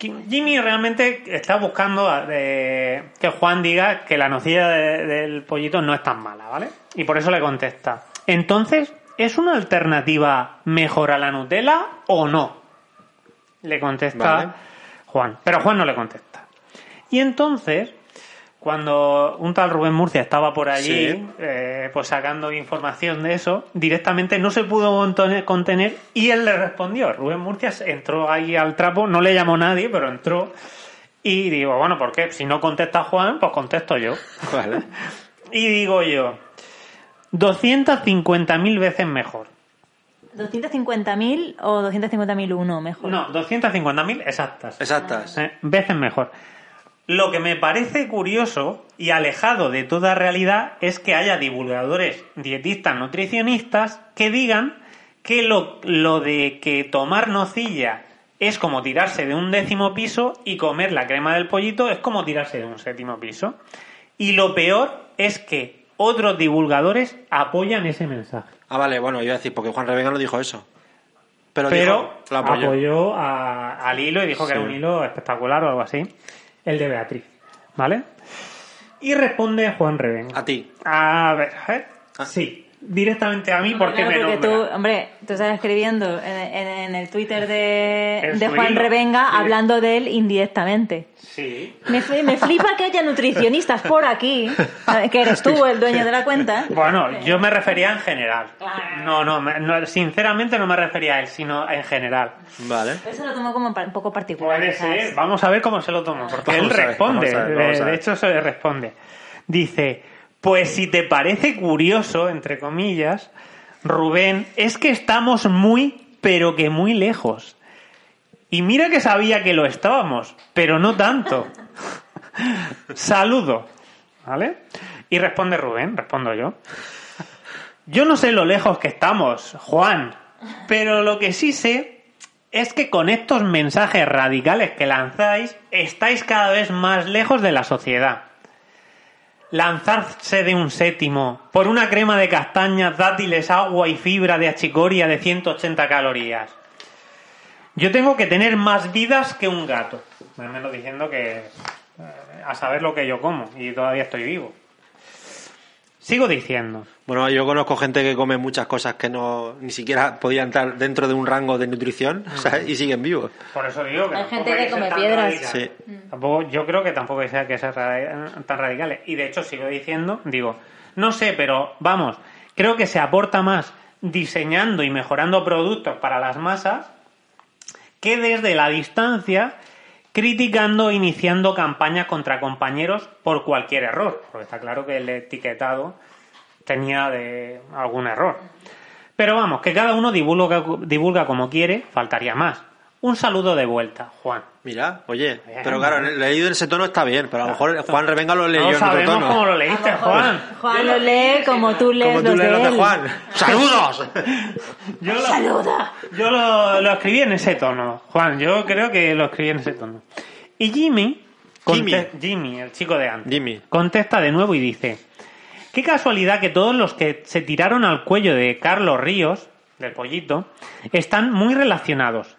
Speaker 3: Jimmy realmente está buscando eh, que Juan diga que la nocilla de- del pollito no es tan mala, ¿vale? Y por eso le contesta. Entonces, ¿es una alternativa mejor a la Nutella o no? Le contesta
Speaker 1: Vale.
Speaker 3: Juan. Pero Juan no le contesta. Y entonces, cuando un tal Rubén Murcia estaba por allí,
Speaker 1: Sí.
Speaker 3: eh, pues sacando información de eso, directamente no se pudo contone- contener y él le respondió. Rubén Murcia entró ahí al trapo, no le llamó nadie, pero entró. Y digo, bueno, ¿por qué? Si no contesta Juan, pues contesto yo.
Speaker 1: Vale.
Speaker 3: Y digo yo, 250.000 veces mejor.
Speaker 2: ¿250.000 o 250.001 mejor?
Speaker 3: No, 250.000 exactas.
Speaker 1: Exactas.
Speaker 3: Eh, veces mejor. Lo que me parece curioso y alejado de toda realidad es que haya divulgadores dietistas nutricionistas que digan que lo, lo de que tomar nocilla es como tirarse de un décimo piso y comer la crema del pollito es como tirarse de un séptimo piso. Y lo peor es que otros divulgadores apoyan ese mensaje.
Speaker 1: Ah, vale, bueno, iba a decir, porque Juan Revenga no dijo eso. Pero,
Speaker 3: pero Ah, pues
Speaker 1: dijo, la apoyó.
Speaker 3: apoyó a- al hilo y dijo que
Speaker 1: Sí.
Speaker 3: era un hilo espectacular o algo así. El de Beatriz, ¿vale? Y responde Juan Revenga.
Speaker 1: A ti.
Speaker 3: A ver, a ver.
Speaker 1: Ah.
Speaker 3: Sí, directamente a mí porque
Speaker 2: Claro,
Speaker 3: me
Speaker 2: porque
Speaker 3: nombra.
Speaker 2: tú, hombre, tú estás escribiendo en, en- en el Twitter de,
Speaker 3: En
Speaker 2: de
Speaker 3: su
Speaker 2: Juan
Speaker 3: hilo.
Speaker 2: Revenga
Speaker 3: Sí.
Speaker 2: hablando de él indirectamente.
Speaker 3: Sí.
Speaker 2: Me, fli- me flipa que haya nutricionistas por aquí, ¿sabes? que eres tú el dueño de la cuenta.
Speaker 3: Bueno, yo me refería en general.
Speaker 2: Claro.
Speaker 3: No, no, me- no, sinceramente no me refería a él, sino en general.
Speaker 1: Vale.
Speaker 2: Eso lo tomo como pa- un poco particular.
Speaker 3: Puede
Speaker 2: ¿sabes?
Speaker 3: ser. Vamos a ver cómo se lo toma, porque
Speaker 1: Vamos
Speaker 3: él
Speaker 1: a ver,
Speaker 3: responde.
Speaker 1: vamos a ver,
Speaker 3: de-
Speaker 1: vamos a
Speaker 3: de,
Speaker 1: ver.
Speaker 3: hecho, se le responde. Dice: Pues si te parece curioso, entre comillas, Rubén, es que estamos muy, pero que muy lejos. Y mira que sabía que lo estábamos, pero no tanto. Saludo. ¿Vale? Y responde Rubén, respondo yo. Yo no sé lo lejos que estamos, Juan, pero lo que sí sé es que con estos mensajes radicales que lanzáis, estáis cada vez más lejos de la sociedad. Lanzarse de un séptimo por una crema de castañas, dátiles, agua y fibra de achicoria de 180 calorías. Yo tengo que tener más vidas que un gato. Más o menos diciendo que eh, a saber lo que yo como y todavía estoy vivo. Sigo diciendo.
Speaker 1: Bueno, yo conozco gente que come muchas cosas que no ni siquiera podían estar dentro de un rango de nutrición o sea, y siguen vivos.
Speaker 3: Por eso digo que
Speaker 2: Hay
Speaker 3: tampoco
Speaker 2: gente
Speaker 3: hay
Speaker 2: que
Speaker 3: ser
Speaker 2: come
Speaker 3: tan
Speaker 2: piedras.
Speaker 3: radical.
Speaker 1: Sí.
Speaker 3: Tampoco, yo creo que tampoco hay que ser, que ser radi- tan radicales. Y de hecho sigo diciendo, digo, no sé, pero vamos, creo que se aporta más diseñando y mejorando productos para las masas que desde la distancia criticando e iniciando campañas contra compañeros por cualquier error. Porque está claro que el etiquetado tenía de algún error. Pero vamos, que cada uno divulga, divulga como quiere, faltaría más. Un saludo de vuelta, Juan.
Speaker 1: Mira, oye,
Speaker 3: Bien,
Speaker 1: pero claro,
Speaker 3: bien.
Speaker 1: leído en ese tono está bien, pero a lo mejor Juan Revenga lo leyó
Speaker 3: No
Speaker 1: en otro
Speaker 3: sabemos
Speaker 1: tono.
Speaker 3: cómo
Speaker 2: A
Speaker 3: lo
Speaker 2: lo
Speaker 3: leíste,
Speaker 2: mejor
Speaker 3: Juan.
Speaker 2: Juan lo lee como tú lees
Speaker 1: Como tú
Speaker 2: los de,
Speaker 1: lees los de
Speaker 2: él.
Speaker 1: Juan. ¡Saludos!
Speaker 3: Yo lo,
Speaker 2: ¡Saluda!
Speaker 3: yo lo- lo escribí en ese tono, Juan. Yo creo que lo escribí en ese tono. Y Jimmy, conte- Jimmy, el chico de antes,
Speaker 1: Jimmy.
Speaker 3: contesta de nuevo y dice: Qué casualidad que todos los que se tiraron al cuello de Carlos Ríos, del pollito, están muy relacionados.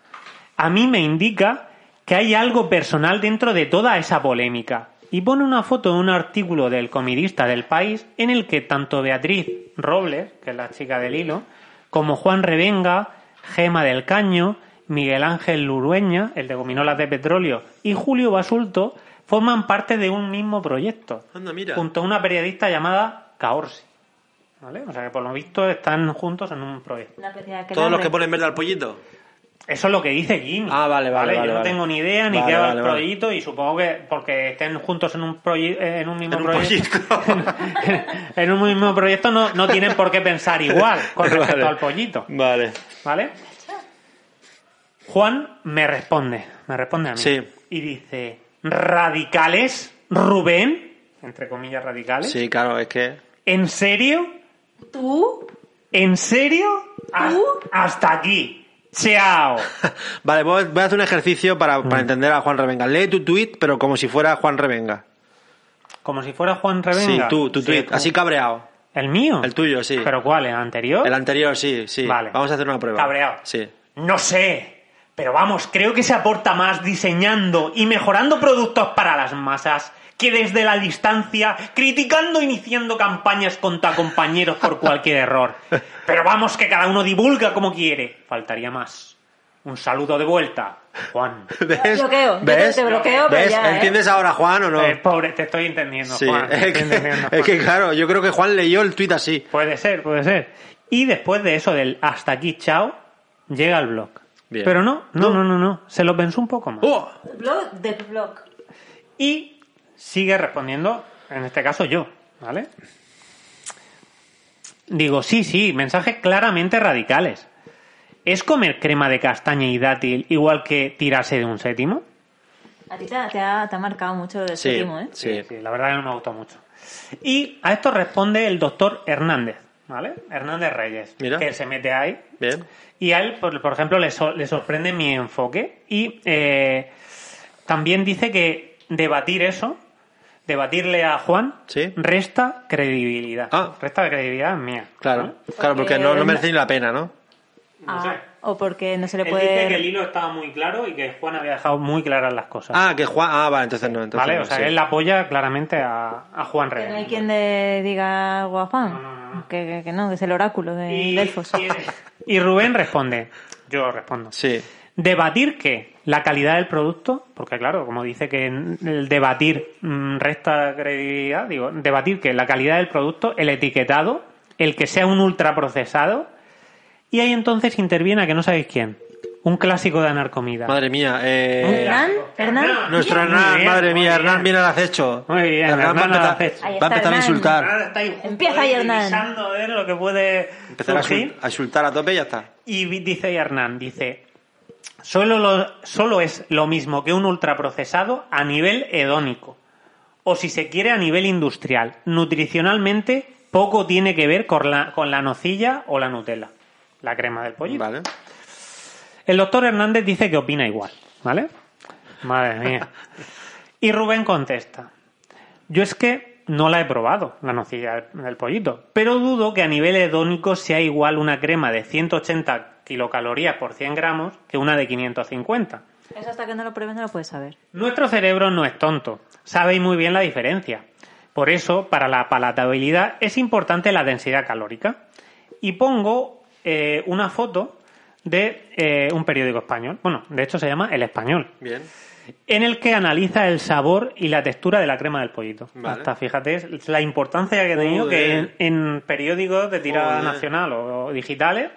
Speaker 3: A mí me indica que hay algo personal dentro de toda esa polémica. Y pone una foto de un artículo del comidista del país en el que tanto Beatriz Robles, que es la chica del hilo, como Juan Revenga, Gema del Caño, Miguel Ángel Lurueña, el de Gominolas de Petróleo, y Julio Basulto forman parte de un mismo proyecto
Speaker 1: Anda, mira.
Speaker 3: junto a una periodista llamada Caorsi. ¿Vale? O sea que por lo visto están juntos en un proyecto.
Speaker 2: Una especial
Speaker 1: Todos los
Speaker 2: grande.
Speaker 1: que ponen verde al pollito.
Speaker 3: Eso es lo que dice Jimmy.
Speaker 1: Ah, vale, vale, vale,
Speaker 3: Yo no
Speaker 1: vale.
Speaker 3: tengo ni idea ni
Speaker 1: Vale,
Speaker 3: qué va
Speaker 1: vale,
Speaker 3: el
Speaker 1: vale.
Speaker 3: proyecto y supongo que porque estén juntos en un, proye- eh, en un mismo
Speaker 1: En un
Speaker 3: proyecto. en un mismo proyecto no, no tienen por qué pensar igual con respecto
Speaker 1: Vale.
Speaker 3: al pollito.
Speaker 1: Vale.
Speaker 3: ¿Vale? Juan me responde, me responde a mí.
Speaker 1: Sí.
Speaker 3: Y dice, radicales, Rubén, entre comillas radicales.
Speaker 1: Sí, claro, es que.
Speaker 3: ¿En serio?
Speaker 2: ¿Tú?
Speaker 3: ¿En serio? Ha-
Speaker 2: ¿Tú?
Speaker 3: Hasta aquí. Chao.
Speaker 1: Vale, voy voy a hacer un ejercicio para,
Speaker 3: Mm.
Speaker 1: para entender a Juan Revenga. Lee tu tweet, pero como si fuera Juan Revenga.
Speaker 3: Como si fuera Juan
Speaker 1: Sí,
Speaker 3: Revenga.
Speaker 1: tú, tu
Speaker 3: Sí,
Speaker 1: tweet.
Speaker 3: como-
Speaker 1: Así cabreado.
Speaker 3: ¿El mío?
Speaker 1: El tuyo, sí.
Speaker 3: ¿Pero cuál? ¿El anterior?
Speaker 1: El anterior, sí, sí.
Speaker 3: Vale.
Speaker 1: Vamos a hacer una prueba.
Speaker 3: Cabreado.
Speaker 1: Sí.
Speaker 3: No sé. Pero vamos, creo que se aporta más diseñando y mejorando productos para las masas que desde la distancia, criticando e iniciando campañas contra compañeros por cualquier error. Pero vamos, que cada uno divulga como quiere. Faltaría más. Un saludo de vuelta, Juan.
Speaker 1: ¿Ves?
Speaker 2: bloqueo, yo
Speaker 1: ¿Ves?
Speaker 2: te bloqueo, pero
Speaker 1: ¿Ves?
Speaker 2: ya, ¿eh?
Speaker 1: ¿Entiendes ahora, Juan, o no?
Speaker 3: Eh, pobre, te estoy entendiendo,
Speaker 1: sí.
Speaker 3: Juan. te
Speaker 1: es,
Speaker 3: estoy
Speaker 1: que,
Speaker 3: entendiendo,
Speaker 1: es que,
Speaker 3: Juan.
Speaker 1: claro, yo creo que Juan leyó el tuit así.
Speaker 3: Puede ser, puede ser. Y después de eso del hasta aquí, chao, llega el blog.
Speaker 1: Bien.
Speaker 3: Pero no, no, no, no, no. Se lo pensó un poco más.
Speaker 1: ¡Oh!
Speaker 2: Blog de blog.
Speaker 3: Y sigue respondiendo, en este caso yo, ¿vale? Digo, sí, sí, mensajes claramente radicales. ¿Es comer crema de castaña y dátil igual que tirarse de un séptimo?
Speaker 2: A ti te, te ha, te ha marcado mucho lo del
Speaker 1: Sí,
Speaker 2: séptimo, ¿eh?
Speaker 1: sí.
Speaker 3: la verdad que no me gustó mucho. Y a esto responde el doctor Hernández, ¿vale? Hernández Reyes,
Speaker 1: Mira.
Speaker 3: que se mete ahí
Speaker 1: Bien.
Speaker 3: Y a él, por, por ejemplo, le, so- le sorprende mi enfoque. Y eh, también dice que debatir eso, debatirle a Juan,
Speaker 1: Sí.
Speaker 3: resta credibilidad.
Speaker 1: Ah.
Speaker 3: Resta credibilidad mía.
Speaker 1: Claro, claro, porque no, no merece ni la pena, ¿no?
Speaker 3: No sé.
Speaker 2: Ah, o porque no se le
Speaker 3: Él dice
Speaker 2: puede.
Speaker 3: que el hilo estaba muy claro y que Juan había dejado muy claras las cosas.
Speaker 1: Ah, que Juan. Ah, vale, entonces no. Entonces
Speaker 3: ¿Vale?
Speaker 1: no,
Speaker 3: O sea,
Speaker 1: sí.
Speaker 3: que él apoya claramente a, a Juan
Speaker 2: que
Speaker 3: Reyes.
Speaker 2: no hay quien le diga guapán.
Speaker 3: No, no, no.
Speaker 2: Que, que, que no, que es el oráculo de
Speaker 3: y,
Speaker 2: Delfos.
Speaker 3: y- y Rubén responde. Yo respondo.
Speaker 1: Sí.
Speaker 3: Debatir qué? La calidad del producto, porque claro, como dice que en- el debatir mm, resta credibilidad, digo, debatir que la calidad del producto, el etiquetado, el que sea un ultraprocesado, y ahí entonces interviene a que no sabéis quién. Un clásico de anarcomida.
Speaker 1: Madre mía. Eh,
Speaker 2: Hernán, Hernán.
Speaker 1: nuestro
Speaker 3: Muy
Speaker 1: Hernán,
Speaker 3: bien,
Speaker 1: madre
Speaker 3: muy
Speaker 1: mía,
Speaker 3: bien.
Speaker 1: Hernán viene al acecho.
Speaker 3: Muy bien,
Speaker 1: va a
Speaker 3: Hernán al
Speaker 1: empezar,
Speaker 3: acecho.
Speaker 2: Ahí
Speaker 1: va a,
Speaker 2: está
Speaker 1: empezar a
Speaker 2: Hernán.
Speaker 1: insultar.
Speaker 3: está ahí justo
Speaker 2: Empieza
Speaker 3: ahí
Speaker 2: ahí, Hernán.
Speaker 3: revisando a ver lo que puede
Speaker 1: Empezar a,
Speaker 3: surgir.
Speaker 1: insul- a insultar a tope y ya está.
Speaker 3: Y vi- dice ahí Hernán, dice, solo, lo- solo es lo mismo que un ultraprocesado a nivel hedónico, o si se quiere a nivel industrial. Nutricionalmente poco tiene que ver con la, con la nocilla o la Nutella, la crema del pollito.
Speaker 1: Vale.
Speaker 3: El doctor Hernández dice que opina igual, ¿vale? Madre mía. Y Rubén contesta, yo es que no la he probado, la nocilla del- del pollito, pero dudo que a nivel hedónico sea igual una crema de 180 kilocalorías por 100 gramos que una de 550.
Speaker 2: Eso hasta que no lo pruebes no lo puedes saber.
Speaker 3: Nuestro cerebro no es tonto, sabéis muy bien la diferencia. Por eso, para la palatabilidad es importante la densidad calórica. Y pongo eh, una foto de eh, un periódico español, bueno, de hecho se llama El Español,
Speaker 1: Bien.
Speaker 3: en el que analiza el sabor y la textura de la crema del pollito.
Speaker 1: Vale.
Speaker 3: Hasta fíjate es la importancia que ha tenido
Speaker 1: Joder.
Speaker 3: que en, en periódicos de tirada
Speaker 1: Joder.
Speaker 3: nacional o, o digitales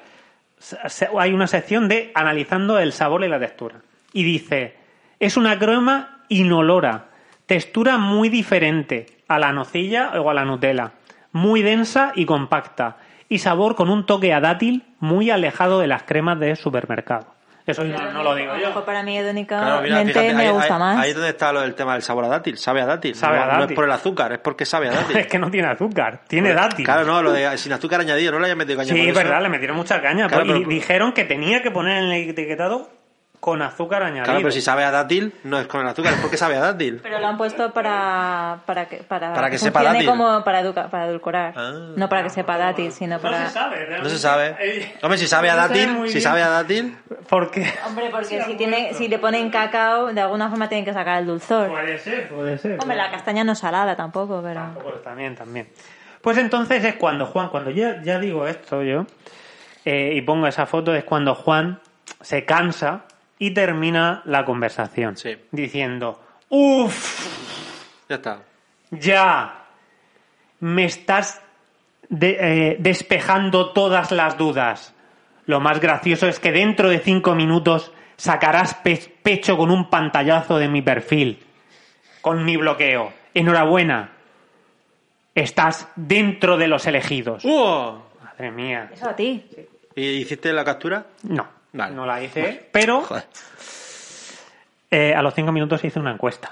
Speaker 3: se- se- hay una sección de analizando el sabor y la textura. Y dice, es una crema inolora, textura muy diferente a la nocilla o a la Nutella, muy densa y compacta, y sabor con un toque a dátil muy alejado de las cremas de supermercado. Eso no, no lo digo
Speaker 2: A
Speaker 3: yo.
Speaker 2: mejor para mí
Speaker 1: Claro, mira,
Speaker 2: hedónicamente
Speaker 1: fíjate,
Speaker 2: me
Speaker 1: ahí,
Speaker 2: gusta
Speaker 1: ahí-
Speaker 2: más.
Speaker 1: ahí es donde está lo del tema del sabor a dátil. Sabe a dátil.
Speaker 3: Sabe
Speaker 1: no,
Speaker 3: a
Speaker 1: no
Speaker 3: dátil.
Speaker 1: es por el azúcar, es porque sabe a dátil. Pues,
Speaker 3: Es que no tiene azúcar, tiene dátil.
Speaker 1: Claro, no, lo de sin azúcar añadido, no le hayas metido caña
Speaker 3: Sí,
Speaker 1: por
Speaker 3: es
Speaker 1: eso.
Speaker 3: verdad, le metieron mucha caña.
Speaker 1: Claro,
Speaker 3: pues, y
Speaker 1: pero-
Speaker 3: dijeron que tenía que poner en el etiquetado con azúcar añadido.
Speaker 1: Claro, pero si sabe a dátil, no es con el azúcar, es porque sabe a dátil.
Speaker 2: Pero lo han puesto para, para que, para,
Speaker 1: Para que sepa
Speaker 2: funcione
Speaker 1: dátil.
Speaker 2: como para, educa- para edulcorar.
Speaker 1: Ah.
Speaker 2: no para que sepa dátil, sino para...
Speaker 3: sabe.
Speaker 1: No se sabe.
Speaker 3: eh,
Speaker 1: Hombre, si sabe a dátil, si sabe a dátil,
Speaker 3: Porque...
Speaker 2: Hombre, porque si, tiene, si le ponen cacao, de alguna forma tienen que sacar el dulzor.
Speaker 3: Puede ser, puede ser.
Speaker 2: Hombre, la castaña no es salada tampoco, pero...
Speaker 3: Pues también, también. Pues entonces es cuando Juan, cuando ya, ya digo esto yo, eh, y pongo esa foto, es cuando Juan se cansa y termina la conversación.
Speaker 1: Sí.
Speaker 3: Diciendo, uff,
Speaker 1: ya está.
Speaker 3: Ya. Me estás de- eh, despejando todas las dudas. Lo más gracioso es que dentro de cinco minutos sacarás pe- pecho con un pantallazo de mi perfil. Con mi bloqueo. Enhorabuena. Estás dentro de los elegidos.
Speaker 1: ¡Uh!
Speaker 3: Madre mía.
Speaker 2: Eso a ti.
Speaker 1: ¿Y hiciste la captura?
Speaker 3: No.
Speaker 1: Vale.
Speaker 3: No la hice. Pero
Speaker 1: Joder.
Speaker 3: eh, a los cinco minutos hice una encuesta.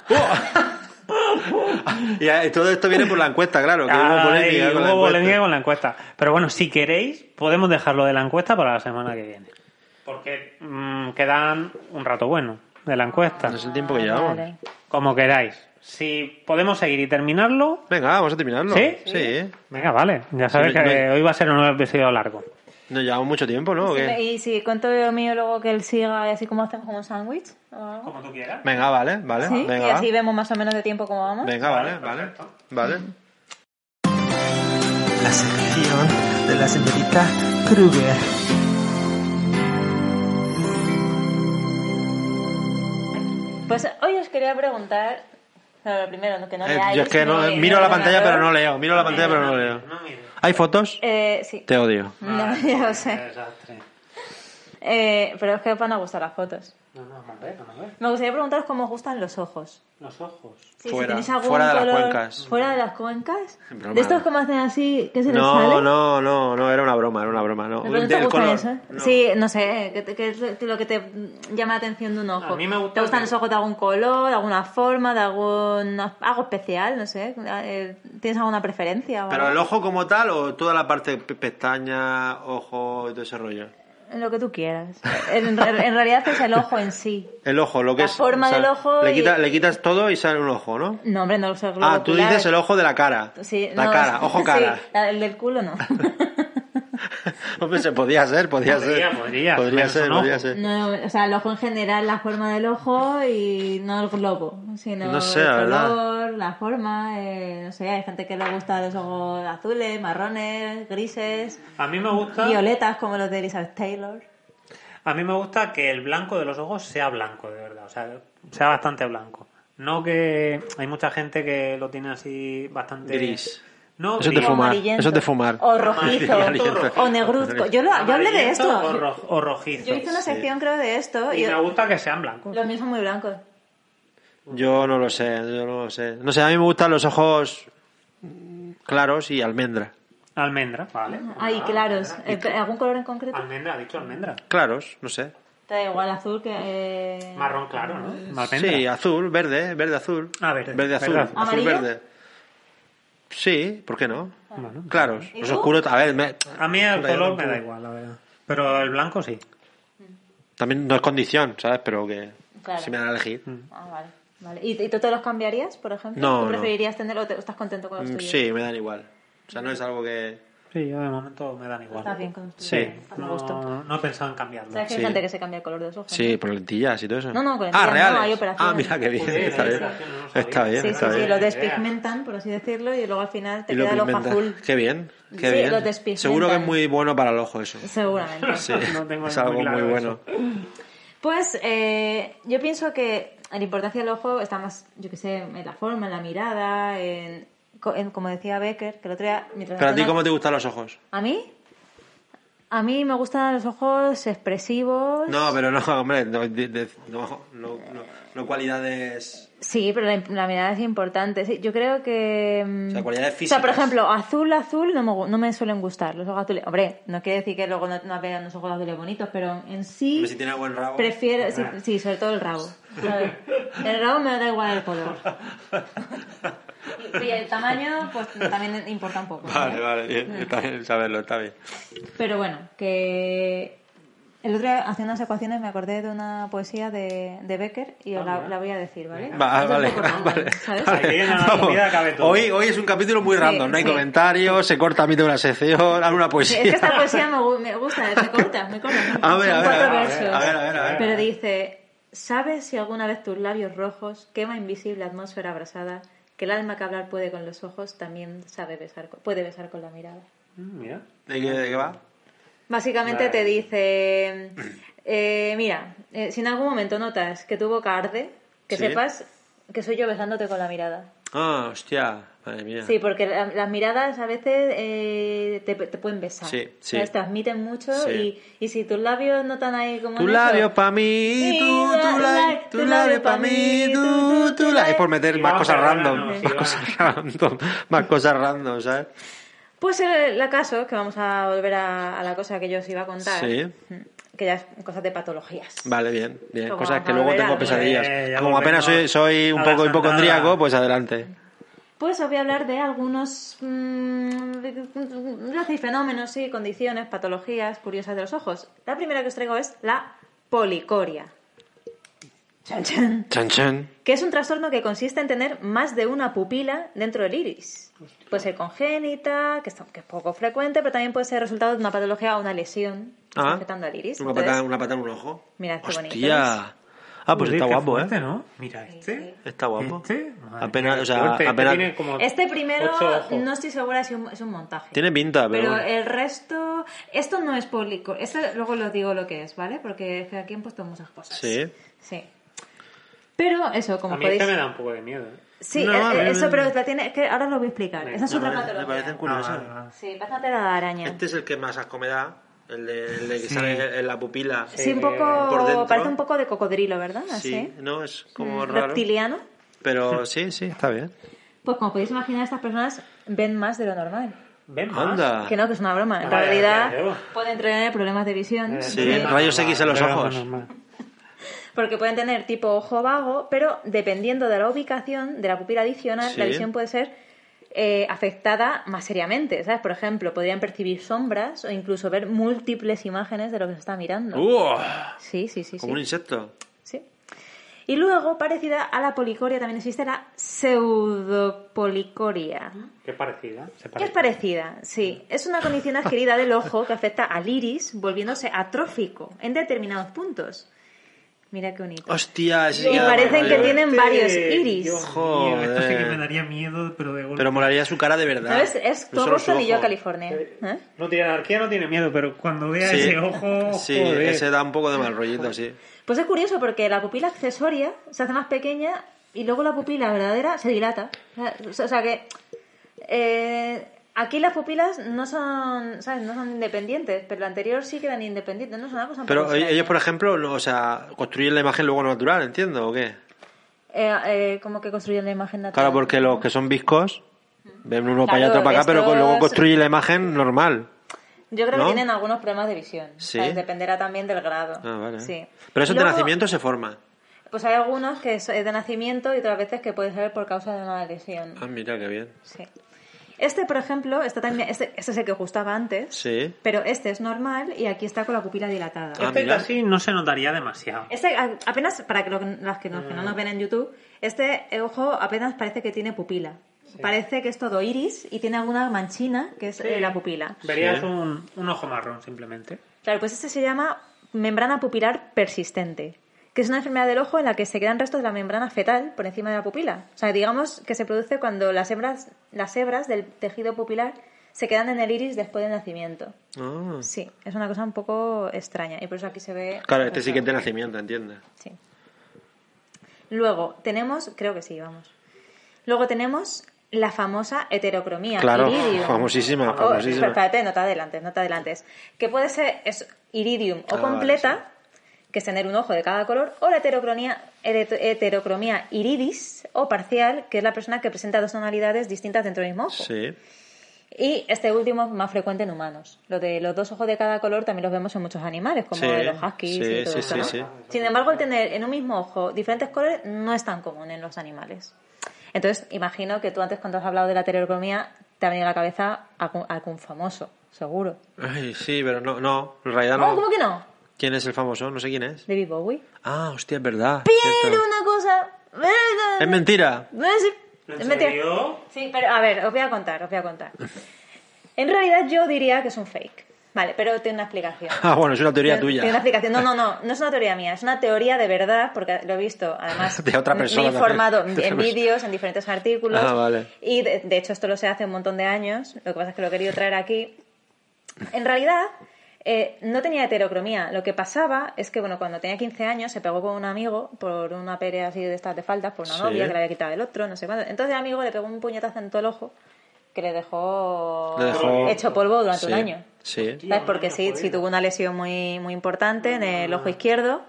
Speaker 1: Y eh, todo esto viene por la encuesta, claro, que hubo
Speaker 3: Ay,
Speaker 1: polémica con la
Speaker 3: hubo
Speaker 1: encuesta.
Speaker 3: polémica con la encuesta. Pero bueno, si queréis, podemos dejarlo de la encuesta para la semana que viene. Porque mm, quedan un rato bueno de la encuesta.
Speaker 1: No sé el tiempo que llevamos.
Speaker 2: Vale.
Speaker 3: Como queráis. Si podemos seguir y terminarlo.
Speaker 1: Venga, vamos a terminarlo.
Speaker 3: ¿Sí?
Speaker 1: Sí.
Speaker 3: Venga, vale. Ya sabes
Speaker 1: Sí,
Speaker 3: que
Speaker 1: me-
Speaker 3: hoy va a ser un episodio largo.
Speaker 5: Nos llevamos mucho tiempo, ¿no? ¿O qué?
Speaker 2: Y si cuento yo mío luego que él siga y así como hacemos como un sándwich o algo.
Speaker 3: Como tú quieras.
Speaker 5: Venga, vale, vale.
Speaker 2: Sí,
Speaker 5: Venga,
Speaker 2: y
Speaker 5: va.
Speaker 2: así vemos más o menos de tiempo cómo vamos.
Speaker 5: Venga, vale, vale.
Speaker 3: perfecto.
Speaker 5: Vale.
Speaker 6: La sección de la señorita Kruger.
Speaker 2: Pues hoy os quería preguntar, bueno, lo primero, no, que no
Speaker 5: Eh,
Speaker 2: leáis.
Speaker 5: yo es que no,
Speaker 2: porque
Speaker 5: miro la pantalla pero no
Speaker 2: ordenador-
Speaker 5: leo, miro la pantalla pero no leo.
Speaker 3: No mires.
Speaker 5: ¿Hay fotos?
Speaker 2: Eh, sí.
Speaker 5: Te odio.
Speaker 2: No, ya
Speaker 3: Ay, qué
Speaker 2: lo sé.
Speaker 3: desastre.
Speaker 2: Eh, pero es que os van a gustar las fotos.
Speaker 3: No, no, vamos a ver, vamos a ver.
Speaker 2: Me gustaría preguntaros cómo os gustan los ojos.
Speaker 3: Los ojos.
Speaker 2: Sí,
Speaker 5: Fuera,
Speaker 2: tenéis algún
Speaker 5: fuera de las
Speaker 2: color-
Speaker 5: cuencas.
Speaker 2: ¿Fuera de las cuencas?
Speaker 5: Broma.
Speaker 2: ¿De estos como hacen así, que se les sale?
Speaker 5: No, no, no, no, era una broma, era una broma, no.
Speaker 2: No, pero no te
Speaker 5: Del
Speaker 2: gustan
Speaker 5: color,
Speaker 2: eso, ¿eh?
Speaker 5: no.
Speaker 2: Sí, no sé, ¿qué, te- qué es lo- lo que te llama la atención de un ojo?
Speaker 3: A mí me gusta
Speaker 2: ¿Te gustan
Speaker 3: que-
Speaker 2: los ojos de algún color, de alguna forma, de algún algo especial? No sé, eh, ¿tienes alguna preferencia? o
Speaker 5: Pero
Speaker 2: algo?
Speaker 5: el ojo como tal o toda la parte pe- pestaña, ojo y todo ese rollo.
Speaker 2: Lo que tú quieras. En, en realidad es el ojo en sí.
Speaker 5: El ojo, lo que
Speaker 2: La
Speaker 5: es.
Speaker 2: forma del ojo
Speaker 5: Le,
Speaker 2: y-
Speaker 5: quita- le quitas todo y sale un ojo, ¿no?
Speaker 2: No, hombre, no lo sé.
Speaker 5: Ah, tú dices el ojo de la cara.
Speaker 2: Sí,
Speaker 5: la
Speaker 2: no,
Speaker 5: cara, ojo cara.
Speaker 2: Sí, la- el del culo no.
Speaker 5: Hombre, se podía ser, podía,
Speaker 3: Podría,
Speaker 5: ser.
Speaker 3: podría,
Speaker 5: podría
Speaker 3: menos
Speaker 5: ser,
Speaker 3: un ojo.
Speaker 5: podría ser.
Speaker 2: No, o sea, el ojo en general, la forma del ojo y no el globo, sino
Speaker 5: No sé,
Speaker 2: el
Speaker 5: la
Speaker 2: color,
Speaker 5: verdad.
Speaker 2: la forma, eh, no sé, hay gente que le gusta los ojos azules, marrones, grises,
Speaker 3: A mí me gusta.
Speaker 2: violetas como los de Elizabeth Taylor.
Speaker 3: A mí me gusta que el blanco de los ojos sea blanco, de verdad. O sea, sea bastante blanco. No que hay mucha gente que lo tiene así bastante.
Speaker 5: Gris.
Speaker 3: No,
Speaker 5: Eso es de
Speaker 3: gris.
Speaker 2: O
Speaker 5: fumar,
Speaker 2: amarillento.
Speaker 5: eso es de fumar.
Speaker 2: O rojizo,
Speaker 5: Amarillento.
Speaker 2: o negruzco. Yo, lo, yo hablé de esto.
Speaker 3: Amarillento O, ro- o rojizo.
Speaker 2: Yo hice una sección, creo, de esto.
Speaker 3: Y
Speaker 2: Y
Speaker 3: me gusta que sean blancos.
Speaker 2: los míos son muy blancos.
Speaker 5: Yo no lo sé, yo no lo sé. No sé, a mí me gustan los ojos claros y almendra.
Speaker 3: Almendra, vale.
Speaker 2: Ay,
Speaker 3: Ah,
Speaker 2: claros.
Speaker 3: almendra.
Speaker 2: Eh, ¿Algún color en concreto?
Speaker 3: Almendra, ha dicho almendra.
Speaker 5: Claros, no sé.
Speaker 2: Te da igual azul que... eh,
Speaker 3: Marrón claro, ¿no? Almendra.
Speaker 5: Sí, azul, verde, verde azul.
Speaker 3: Ah, verde.
Speaker 5: azul,
Speaker 3: Verde, azul.
Speaker 5: azul
Speaker 2: ¿Amarillo?
Speaker 5: verde. Sí, ¿por qué no?
Speaker 3: Bueno.
Speaker 5: Claros,
Speaker 2: ¿Y
Speaker 5: los
Speaker 2: tú?
Speaker 5: oscuros, a ver, me-
Speaker 3: A mí el
Speaker 5: Pero yo
Speaker 3: color me da
Speaker 5: tampoco.
Speaker 3: igual, la verdad. Pero el blanco sí.
Speaker 5: también no es condición, ¿sabes? Pero que
Speaker 2: Claro.
Speaker 5: si me dan a elegir.
Speaker 2: Ah, vale. vale. ¿Y, y tú te los cambiarías, por ejemplo?
Speaker 5: No,
Speaker 2: ¿Tú
Speaker 5: no.
Speaker 2: preferirías tenerlo o te- estás contento con los
Speaker 5: Mm,
Speaker 2: tuyos?
Speaker 5: Sí, me dan igual. O sea, no es algo que
Speaker 3: Sí, yo de momento me dan igual.
Speaker 2: Estás bien con los tuyos.
Speaker 5: Sí.
Speaker 2: Estás a gusto.
Speaker 3: No, no he pensado en cambiarlo.
Speaker 2: ¿Sabes que hay
Speaker 5: Sí.
Speaker 2: gente que se cambia el color de los ojos?
Speaker 5: Sí, por lentillas y todo eso.
Speaker 2: No, no, con
Speaker 5: Ah,
Speaker 2: lentillas no,
Speaker 5: reales.
Speaker 2: hay operaciones.
Speaker 5: Ah, mira qué bien,
Speaker 3: Joder,
Speaker 5: está
Speaker 3: hay
Speaker 5: bien.
Speaker 3: operaciones, no lo
Speaker 5: Está
Speaker 3: sabía.
Speaker 5: bien,
Speaker 2: Sí, sí,
Speaker 5: está
Speaker 2: sí,
Speaker 5: bien.
Speaker 2: los despigmentan, por así decirlo, y luego al final te
Speaker 5: Y
Speaker 2: queda el ojo
Speaker 5: pigmentan.
Speaker 2: azul.
Speaker 5: Qué bien, qué
Speaker 2: Sí,
Speaker 5: bien.
Speaker 2: lo despigmentan.
Speaker 5: Seguro que es muy bueno para el ojo eso.
Speaker 2: Seguramente.
Speaker 5: Sí,
Speaker 3: No tengo
Speaker 5: es algo
Speaker 3: muy
Speaker 5: muy,
Speaker 3: claro
Speaker 5: bueno.
Speaker 2: Pues eh, yo pienso que la importancia del ojo está más, yo qué sé, en la forma, en la mirada, en, co- en- como decía Becker, que el otro día... Mientras
Speaker 5: Pero a ti,
Speaker 2: hacíamos-
Speaker 5: ¿cómo te gustan los ojos?
Speaker 2: ¿A mí? A mí me gustan los ojos expresivos.
Speaker 5: No, pero no, hombre, no, de- de- no, no, no, no cualidades.
Speaker 2: Sí, pero la, la mirada es importante. Sí, yo creo que... mm,
Speaker 5: O sea, cualidades
Speaker 2: O sea, por
Speaker 5: físicas.
Speaker 2: ejemplo, azul, azul no me, gu- no me suelen gustar. Los ojos azules... Hombre, no quiere decir que luego no, no vean los ojos azules bonitos, pero en sí...
Speaker 5: Si tiene buen rabo.
Speaker 2: Prefiero, sí, sí, sobre todo el rabo. A ver, El rabo me da igual el color. Y el tamaño, pues también importa un poco. ¿no? Mm.
Speaker 5: Vale, vale, bien, está bien saberlo, está bien.
Speaker 2: Pero bueno, que el otro día haciendo unas ecuaciones me acordé de una poesía de, de Becker y os la, la voy a decir, ¿vale?
Speaker 5: Ah, Va, ah,
Speaker 2: Es un
Speaker 5: vale,
Speaker 2: poco random,
Speaker 5: vale.
Speaker 2: ¿sabes?
Speaker 5: vale.
Speaker 3: Aquí en la comida cabe todo.
Speaker 5: Hoy, hoy es un capítulo muy
Speaker 2: Sí,
Speaker 5: random, no hay
Speaker 2: sí.
Speaker 5: comentarios, se corta a mitad de una sección, hago una
Speaker 2: Sí,
Speaker 5: poesía.
Speaker 2: Es que esta poesía me, gu- me gusta, es muy corta, muy corta. Son
Speaker 5: A ver, a ver,
Speaker 2: cuatro
Speaker 5: a ver,
Speaker 2: versos.
Speaker 5: a ver, a ver, a ver.
Speaker 2: Pero dice, ¿sabes si alguna vez tus labios rojos quema invisible atmósfera abrasada? Que el alma que hablar puede con los ojos también sabe besar, co- puede besar con la mirada.
Speaker 3: Mm, Mira.
Speaker 5: ¿De qué, de qué va?
Speaker 2: Básicamente
Speaker 3: Vale.
Speaker 2: te dice, eh, mira, eh, si en algún momento notas que tu boca arde, que
Speaker 5: Sí.
Speaker 2: sepas que soy yo besándote con la mirada.
Speaker 5: Ah, hostia, madre mía.
Speaker 2: Sí, porque la- las miradas a veces eh, te, te pueden besar.
Speaker 5: Sí, sí.
Speaker 2: ¿Sabes? Transmiten mucho
Speaker 5: Sí.
Speaker 2: y, y si tus labios notan ahí como...
Speaker 5: Tu
Speaker 2: en
Speaker 5: labio
Speaker 2: eso-
Speaker 5: pa' mí,
Speaker 2: Sí,
Speaker 5: tu, tu, la,
Speaker 2: la- la-
Speaker 5: tu labio pa' mí, tu, tu, la... Es por meter
Speaker 3: Y
Speaker 5: más
Speaker 3: vamos
Speaker 5: cosas
Speaker 3: a ver,
Speaker 5: random,
Speaker 3: no,
Speaker 5: más
Speaker 3: sí, va.
Speaker 5: cosas random, más cosas random, ¿sabes?
Speaker 2: Pues el, el caso, que vamos a volver a, a la cosa que yo os iba a contar,
Speaker 5: Sí.
Speaker 2: que ya es cosas de patologías.
Speaker 5: Vale, bien, bien.
Speaker 2: Como
Speaker 5: Cosas que
Speaker 2: vamos a
Speaker 5: luego
Speaker 2: ver
Speaker 5: tengo
Speaker 2: algo.
Speaker 5: pesadillas.
Speaker 3: Eh, ya
Speaker 5: Como apenas soy,
Speaker 3: volvemos
Speaker 5: soy un
Speaker 3: a la
Speaker 5: poco hipocondríaco,
Speaker 3: sentada.
Speaker 5: pues adelante.
Speaker 2: Pues os voy a hablar de algunos mm, no sé, fenómenos y condiciones, patologías curiosas de los ojos. La primera que os traigo es la policoria. Chan, chan.
Speaker 5: Chan, chan.
Speaker 2: que es un trastorno que consiste en tener más de una pupila dentro del iris. Puede ser congénita, que, está- que es poco frecuente, pero también puede ser resultado de una patología o una lesión que está
Speaker 5: Ah.
Speaker 2: afectando al iris.
Speaker 1: Una
Speaker 2: Entonces,
Speaker 1: patada, una patada en un ojo.
Speaker 2: mirad qué bonito. es.
Speaker 5: Hostia. Ah, pues
Speaker 3: Joder,
Speaker 5: está
Speaker 3: qué
Speaker 5: guapo,
Speaker 3: fuerte,
Speaker 5: ¿eh?
Speaker 3: ¿no? Mira, este.
Speaker 5: Está guapo.
Speaker 3: Este, madre
Speaker 5: Apenas,
Speaker 3: mía,
Speaker 5: o sea,
Speaker 3: fuerte. Este
Speaker 5: apenas-
Speaker 3: tiene como
Speaker 2: Este primero,
Speaker 3: ocho ojos.
Speaker 2: no estoy segura si un- es un montaje.
Speaker 5: Tiene pinta, pero
Speaker 2: Pero
Speaker 5: bueno.
Speaker 2: el resto, esto no es público. Esto luego lo digo lo que es, ¿vale? Porque es que aquí han puesto muchas cosas.
Speaker 5: Sí.
Speaker 2: Sí. Pero eso, como
Speaker 3: A mí
Speaker 2: podéis...
Speaker 3: este me da un poco de miedo. ¿eh?
Speaker 2: Sí,
Speaker 5: No,
Speaker 2: eh,
Speaker 5: a
Speaker 2: eh,
Speaker 5: mí-
Speaker 2: eso, pero la tiene, es que ahora lo voy a explicar. Esa es
Speaker 3: Me
Speaker 2: otra
Speaker 1: parece- me
Speaker 2: patología.
Speaker 1: parecen curiosos.
Speaker 3: Ah, vale, vale.
Speaker 2: Sí, bastante la araña.
Speaker 1: Este es el que más asco me da, el de, el de que
Speaker 3: Sí.
Speaker 1: sale en la pupila.
Speaker 2: Sí,
Speaker 5: eh,
Speaker 2: un
Speaker 1: Por dentro.
Speaker 2: poco. Parece un poco de cocodrilo, ¿verdad?
Speaker 1: Sí,
Speaker 2: Así.
Speaker 1: no, es como
Speaker 2: ¿Ah, Mm,
Speaker 1: raro.
Speaker 2: Reptiliano.
Speaker 1: Pero sí, sí, está bien.
Speaker 2: Pues como podéis imaginar, estas personas ven más de lo normal.
Speaker 3: Ven más.
Speaker 5: Anda.
Speaker 2: Ah, Que no, que es una broma. En
Speaker 3: Vaya,
Speaker 2: realidad
Speaker 3: ya veo.
Speaker 2: pueden tener problemas de
Speaker 3: Eh,
Speaker 2: visión.
Speaker 1: Sí,
Speaker 2: porque-
Speaker 3: Normal,
Speaker 5: rayos X en los
Speaker 3: normal,
Speaker 5: ojos.
Speaker 3: normal.
Speaker 2: Porque pueden tener tipo ojo vago, pero dependiendo de la ubicación de la pupila adicional,
Speaker 5: Sí.
Speaker 2: la visión puede ser eh, afectada más seriamente. ¿sabes? Por ejemplo, podrían percibir sombras o incluso ver múltiples imágenes de lo que se está mirando.
Speaker 3: Uh.
Speaker 5: ¡Uah!
Speaker 2: Sí, sí, sí. sí.
Speaker 5: Como un insecto.
Speaker 2: Sí. Y luego, parecida a la policoria, también existe la pseudopolicoria.
Speaker 3: Qué parecida. se
Speaker 2: Que es parecida, sí. Es una condición adquirida del ojo que afecta al iris, volviéndose atrófico en determinados puntos. Mira qué bonito.
Speaker 5: Hostia, ese sí
Speaker 2: Y
Speaker 5: que da
Speaker 2: parecen
Speaker 5: mal
Speaker 2: que
Speaker 5: rollo.
Speaker 2: tienen
Speaker 3: Este,
Speaker 2: varios iris.
Speaker 3: Dios mío,
Speaker 5: Joder.
Speaker 3: Esto sí que me daría miedo, pero de golpe.
Speaker 5: Pero molaría su cara de verdad.
Speaker 2: ¿Sabes? Es
Speaker 5: No
Speaker 2: todo
Speaker 5: solo su
Speaker 2: Boston y yo
Speaker 5: ojo.
Speaker 2: California. ¿eh?
Speaker 3: No tiene anarquía, no tiene miedo, pero cuando vea
Speaker 5: Sí.
Speaker 3: ese ojo.
Speaker 5: Sí,
Speaker 3: joder.
Speaker 5: ese da un poco de mal rollito, sí.
Speaker 2: Pues es curioso porque la pupila accesoria se hace más pequeña y luego la pupila verdadera se dilata. O sea, o sea que eh, aquí las pupilas no son, ¿sabes? No son independientes, pero la anterior sí que eran independientes. No es una cosa un
Speaker 5: Pero e-,
Speaker 2: poco
Speaker 5: ellos,
Speaker 2: extraña.
Speaker 5: por ejemplo, no, o sea, construyen la imagen luego natural, entiendo, ¿o qué?
Speaker 2: Eh, eh, como que construyen la imagen natural.
Speaker 5: Claro, porque los que son viscos ven uno para allá,
Speaker 2: Claro,
Speaker 5: otro para acá, pero
Speaker 2: estos-
Speaker 5: luego construyen la imagen normal.
Speaker 2: Yo creo
Speaker 5: ¿no?
Speaker 2: que tienen algunos problemas de visión.
Speaker 5: Sí.
Speaker 2: ¿sabes? Dependerá también del grado.
Speaker 5: Ah, vale.
Speaker 2: Sí.
Speaker 5: Pero eso de
Speaker 2: Luego-
Speaker 5: nacimiento se forma.
Speaker 2: Pues hay algunos que es es de nacimiento y otras veces que puede ser por causa de una lesión.
Speaker 5: Ah, mira, qué bien.
Speaker 2: Sí. Este, por ejemplo, está también, este, este es el que gustaba antes,
Speaker 5: Sí.
Speaker 2: pero este es normal y aquí está con la pupila dilatada.
Speaker 5: Ah,
Speaker 3: Este
Speaker 5: mira.
Speaker 3: casi no se notaría demasiado.
Speaker 2: Este, a- apenas, para que lo- las que, no- que no nos ven en YouTube, este eh, ojo apenas parece que tiene pupila. Parece que es todo iris y tiene alguna manchina que es eh, la pupila.
Speaker 3: Verías
Speaker 5: Sí.
Speaker 3: un, un ojo marrón simplemente.
Speaker 2: Claro, pues este se llama membrana pupilar persistente, que es una enfermedad del ojo en la que se quedan restos de la membrana fetal por encima de la pupila. O sea, digamos que se produce cuando las hebras, las hebras del tejido pupilar se quedan en el iris después del nacimiento.
Speaker 5: Ah.
Speaker 2: Sí, es una cosa un poco extraña y por eso aquí se ve...
Speaker 5: Claro, este sí que es de nacimiento, ¿entiendes?
Speaker 2: Sí. Luego tenemos, creo que sí, vamos. Luego tenemos la famosa heterocromía.
Speaker 5: Claro,
Speaker 2: iridium.
Speaker 5: famosísima,
Speaker 2: O-
Speaker 5: famosísima.
Speaker 2: espérate, no te adelantes, no te adelantes. Que puede ser es iridium o
Speaker 5: Ah,
Speaker 2: completa,
Speaker 5: vale,
Speaker 2: que es tener un ojo de cada color, o la heterocromía, hereto- heterocromía iridis o parcial, que es la persona que presenta dos tonalidades distintas dentro del mismo ojo.
Speaker 5: Sí.
Speaker 2: Y este último es más frecuente en humanos. Lo de los dos ojos de cada color también los vemos en muchos animales, como
Speaker 5: Sí,
Speaker 2: los huskies
Speaker 5: sí,
Speaker 2: y todo
Speaker 5: sí,
Speaker 2: eso,
Speaker 5: sí,
Speaker 2: ¿no?
Speaker 5: sí.
Speaker 2: Sin embargo, el tener en un mismo ojo diferentes colores no es tan común en los animales. Entonces, imagino que tú antes cuando has hablado de la heterocromía te ha venido a la cabeza algún, algún famoso, seguro.
Speaker 5: Ay, sí, pero no, no, en realidad
Speaker 2: Oh, ¿Cómo
Speaker 5: no.
Speaker 2: que no?
Speaker 5: ¿Quién es el famoso? No sé quién es.
Speaker 2: David Bowie.
Speaker 5: Ah, hostia, es verdad.
Speaker 2: Pero
Speaker 5: cierto.
Speaker 2: una cosa...
Speaker 5: Es mentira.
Speaker 2: No es- es mentira. Sí, pero a ver, os voy a contar, os voy a contar. En realidad yo diría que es un fake. Vale, pero tiene una explicación.
Speaker 5: Ah, bueno, es una teoría
Speaker 2: Tiene- tiene una
Speaker 5: tuya.
Speaker 2: explicación. No, no, no, no es una teoría mía, es una teoría de verdad, porque lo he visto, además,
Speaker 5: De otra
Speaker 2: me-
Speaker 5: persona
Speaker 2: me he informado
Speaker 5: también. De
Speaker 2: en
Speaker 5: otra persona.
Speaker 2: vídeos, en diferentes artículos,
Speaker 5: Ah, vale.
Speaker 2: y de, de hecho esto lo sé hace un montón de años, lo que pasa es que lo he querido traer aquí. En realidad, eh, no tenía heterocromía, lo que pasaba es que, bueno, cuando tenía 15 años se pegó con un amigo por una pelea así de estas de faldas, por una
Speaker 5: Sí.
Speaker 2: novia que le había quitado el otro, no sé cuándo, entonces el amigo le pegó un puñetazo en todo el ojo que le dejó,
Speaker 5: Le dejó-
Speaker 2: hecho polvo durante un
Speaker 5: Sí,
Speaker 2: año.
Speaker 5: Sí.
Speaker 2: ¿Sabes? Porque sí, sí tuvo una lesión muy, muy importante en el ojo izquierdo.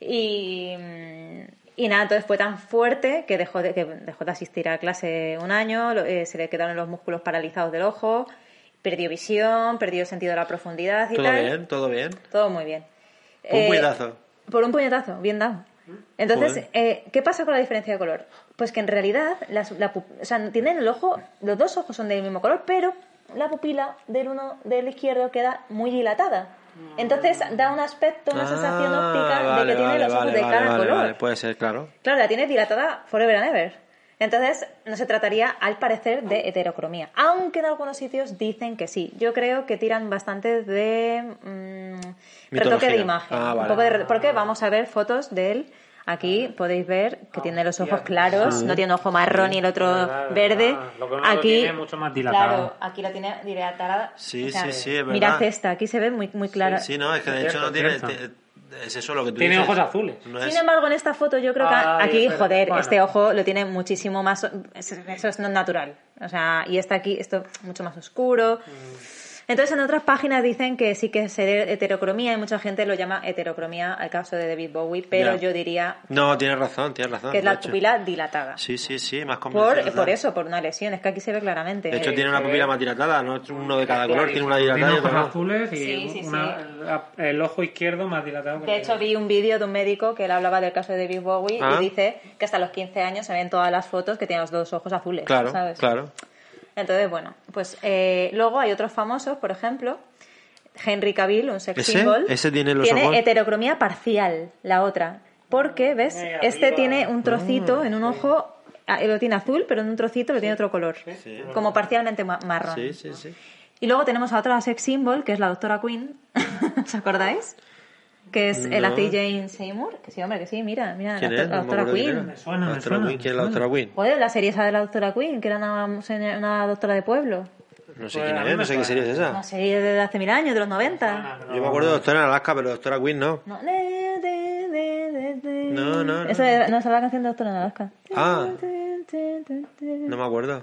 Speaker 2: Y, mm, y nada, entonces fue tan fuerte que dejó de, que dejó de asistir a clase un año, lo- eh, se le quedaron los músculos paralizados del ojo, perdió visión, perdió el sentido de la profundidad y
Speaker 5: Todo
Speaker 2: tal.
Speaker 5: bien, todo bien.
Speaker 2: Todo muy bien. Eh,
Speaker 5: Por un puñetazo.
Speaker 2: Por un puñetazo, bien dado. Entonces,
Speaker 5: Joder.
Speaker 2: eh, ¿qué pasa con la diferencia de color? Pues que en realidad, las, la pup- o sea, tienen el ojo, los dos ojos son del mismo color, pero la pupila del uno del izquierdo queda muy dilatada. Entonces da un aspecto, una sensación
Speaker 5: Ah,
Speaker 2: óptica de
Speaker 5: vale,
Speaker 2: que tiene
Speaker 5: vale,
Speaker 2: los ojos
Speaker 5: vale,
Speaker 2: de
Speaker 5: vale,
Speaker 2: cada
Speaker 5: vale,
Speaker 2: color.
Speaker 5: vale, puede ser, claro.
Speaker 2: Claro, la tiene dilatada forever and ever. Entonces, no se trataría, al parecer, de heterocromía. Aunque en algunos sitios dicen que sí. Yo creo que tiran bastante de mm, retoque
Speaker 5: Mitología.
Speaker 2: de imagen.
Speaker 5: Ah,
Speaker 2: Un
Speaker 5: vale.
Speaker 2: poco de re- porque vamos a ver fotos de él. Aquí podéis ver que tiene los ojos claros, no tiene ojo marrón y el otro
Speaker 3: Verdad,
Speaker 2: verde.
Speaker 3: verdad. Lo que uno lo
Speaker 2: aquí
Speaker 3: tiene mucho más dilatado.
Speaker 2: Claro, aquí lo tiene dilatada.
Speaker 5: Sí, sí, sí, es verdad.
Speaker 2: Mirad esta, aquí se ve muy, muy clara.
Speaker 5: Sí, no, es que de
Speaker 3: Cierto,
Speaker 5: hecho no tiene.
Speaker 3: cierto.
Speaker 5: te- Es eso lo que tú
Speaker 3: Tiene
Speaker 5: dices.
Speaker 3: ojos azules.
Speaker 5: No
Speaker 2: Sin
Speaker 5: es-
Speaker 2: embargo, en esta foto yo creo que
Speaker 3: Ay,
Speaker 2: aquí,
Speaker 3: espera.
Speaker 2: joder,
Speaker 3: Bueno.
Speaker 2: este ojo lo tiene muchísimo más... Eso eso es no natural. O sea, y está aquí, esto mucho más oscuro.
Speaker 5: Mm.
Speaker 2: Entonces, en otras páginas dicen que sí que es heter- heterocromía y mucha gente lo llama heterocromía al caso de David Bowie, pero
Speaker 5: Ya.
Speaker 2: yo diría
Speaker 5: No, tienes razón, tienes razón.
Speaker 2: que es
Speaker 5: de
Speaker 2: la
Speaker 5: hecho.
Speaker 2: pupila dilatada.
Speaker 5: Sí, sí, sí, más
Speaker 2: por,
Speaker 5: convencido, claro.
Speaker 2: por eso, por una lesión. Es que aquí se ve claramente.
Speaker 5: De hecho,
Speaker 2: Eh,
Speaker 5: tiene una pupila más dilatada, no es uno de cada color, tiene una
Speaker 3: Tiene
Speaker 5: dilatada y
Speaker 3: ojos
Speaker 5: otra no.
Speaker 3: azules y
Speaker 2: Sí, sí,
Speaker 3: una- el ojo izquierdo más dilatado. que
Speaker 2: De
Speaker 3: el
Speaker 2: hecho, vi un vídeo de un médico que él hablaba del caso de David Bowie
Speaker 5: Ah.
Speaker 2: y dice que hasta los 15 años se ven todas las fotos que tienen los dos ojos azules.
Speaker 5: Claro,
Speaker 2: ¿sabes?
Speaker 5: claro.
Speaker 2: Entonces, bueno, pues eh, luego hay otros famosos, por ejemplo, Henry Cavill, un sex
Speaker 5: ¿Ese?
Speaker 2: symbol.
Speaker 5: ¿Ese tiene los ojos?
Speaker 2: heterocromía parcial, la otra. Porque, ¿ves?
Speaker 3: Eh,
Speaker 2: este
Speaker 3: arriba.
Speaker 2: tiene un trocito
Speaker 5: Mm,
Speaker 2: en un ojo, ah, lo tiene azul, pero en un trocito lo tiene otro color. Como parcialmente ma- marrón.
Speaker 5: Sí, sí, sí.
Speaker 2: Y luego tenemos a otra sex symbol, que es la doctora Queen. ¿Os acordáis? Que es eh, la
Speaker 5: No.
Speaker 2: T. Jane Seymour. Que sí, hombre, que sí, mira, mira, la,
Speaker 5: ¿Quién es?
Speaker 2: doctora- la
Speaker 5: No me
Speaker 2: doctora
Speaker 5: acuerdo quién
Speaker 2: Queen.
Speaker 5: era.
Speaker 3: suena, me
Speaker 5: La doctora
Speaker 3: suena,
Speaker 5: Queen,
Speaker 3: me
Speaker 5: ¿quién es la
Speaker 3: suena.
Speaker 5: doctora Queen?
Speaker 2: Joder, la serie esa de la doctora Queen, que era una, una doctora de pueblo.
Speaker 5: No sé
Speaker 3: Pues a
Speaker 5: quién
Speaker 3: mí
Speaker 5: es,
Speaker 3: me
Speaker 5: no sé qué
Speaker 3: suena.
Speaker 5: serie es esa.
Speaker 2: Una serie de hace mil años, de los 90.
Speaker 3: otro.
Speaker 5: Yo me acuerdo de Doctora en Alaska, pero Doctora Queen no.
Speaker 2: No, de- de- de- de- de-
Speaker 5: No, no, no.
Speaker 2: Esa era- no, esa era la canción de Doctora en Alaska.
Speaker 5: Ah. No me acuerdo.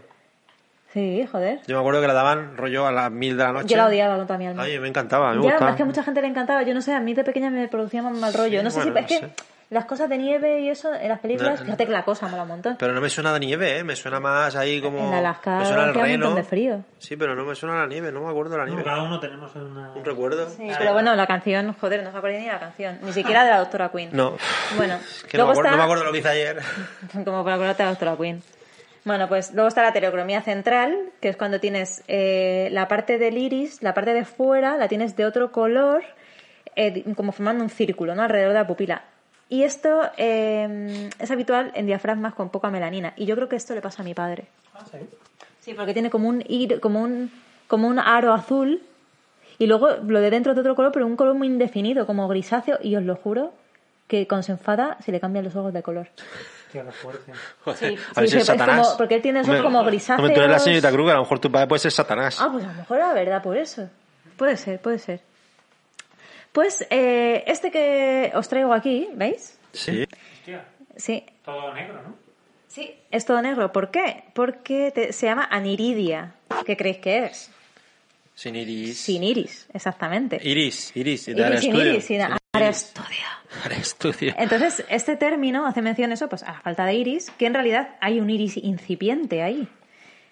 Speaker 2: Sí, joder.
Speaker 5: Yo me acuerdo que la daban rollo a las mil de la noche.
Speaker 2: Yo la odiaba con toda mi alma.
Speaker 5: Ay, me encantaba, me
Speaker 2: ya,
Speaker 5: gustaba.
Speaker 2: es que a mucha gente le encantaba. Yo no sé, a mí de pequeña me producía más mal rollo. no sé
Speaker 5: bueno,
Speaker 2: si... Es
Speaker 5: no
Speaker 2: que las cosas de nieve y eso en las películas...
Speaker 5: No,
Speaker 2: fíjate que la cosa mola un montón.
Speaker 5: Pero no me suena de nieve, ¿eh? Me suena más ahí como...
Speaker 2: en Alaska
Speaker 5: me suena el
Speaker 2: hacía un
Speaker 5: reno.
Speaker 2: montón de frío.
Speaker 5: Sí, pero no me suena la nieve, no me acuerdo de la nieve.
Speaker 3: Cada uno tenemos una...
Speaker 5: ¿Un recuerdo?
Speaker 2: Sí, pero bueno, la canción, joder, no se acuerda ni de la canción. Ni siquiera de la Doctora Queen.
Speaker 5: No.
Speaker 2: Bueno,
Speaker 5: Es que no
Speaker 2: luego
Speaker 5: me, acuerdo,
Speaker 2: está...
Speaker 5: no me acuerdo lo que hice ayer.
Speaker 2: Como para acordarte de Doctora Queen. Bueno, pues luego está la heterocromía central, que es cuando tienes eh, la parte del iris, la parte de fuera, la tienes de otro color, eh, di- como formando un círculo, ¿no? Alrededor de la pupila. Y esto eh, es habitual en diafragmas con poca melanina. Y yo creo que esto le pasa a mi padre. Sí, porque tiene como un, ir- como un, como un aro azul y luego lo de dentro es de otro color, pero un color muy indefinido, como grisáceo. Y os lo juro que cuando se enfada se le cambian los ojos de color.
Speaker 3: Hostia, qué fuerte.
Speaker 2: Sí,
Speaker 5: a ver
Speaker 2: sí,
Speaker 5: si es
Speaker 2: pero es
Speaker 5: Satanás.
Speaker 2: como- porque él tiene los ojos
Speaker 5: Hombre, No
Speaker 2: como
Speaker 5: me tú eres la
Speaker 2: grisáceos.
Speaker 5: señorita Kruger, a lo mejor tu padre puede ser Satanás.
Speaker 2: Ah, pues a lo mejor era verdad por eso. Puede ser, puede ser. Pues eh, este que os traigo aquí, ¿veis?
Speaker 5: Sí.
Speaker 3: Hostia,
Speaker 2: Sí,
Speaker 3: todo negro, ¿no? Ah,
Speaker 2: sí, es todo negro. ¿Por qué? Porque te- se llama aniridia. ¿Qué creéis que es?
Speaker 5: Sin iris.
Speaker 2: Sin iris, exactamente.
Speaker 5: Iris, iris. de
Speaker 2: Iris,
Speaker 5: Ara
Speaker 2: sin
Speaker 5: Studio.
Speaker 2: iris, sin
Speaker 5: Sin
Speaker 2: Ara
Speaker 5: iris.
Speaker 2: Studio.
Speaker 5: Ara Studio.
Speaker 2: Entonces, este término hace mención eso, pues a la falta de iris, que en realidad hay un iris incipiente ahí,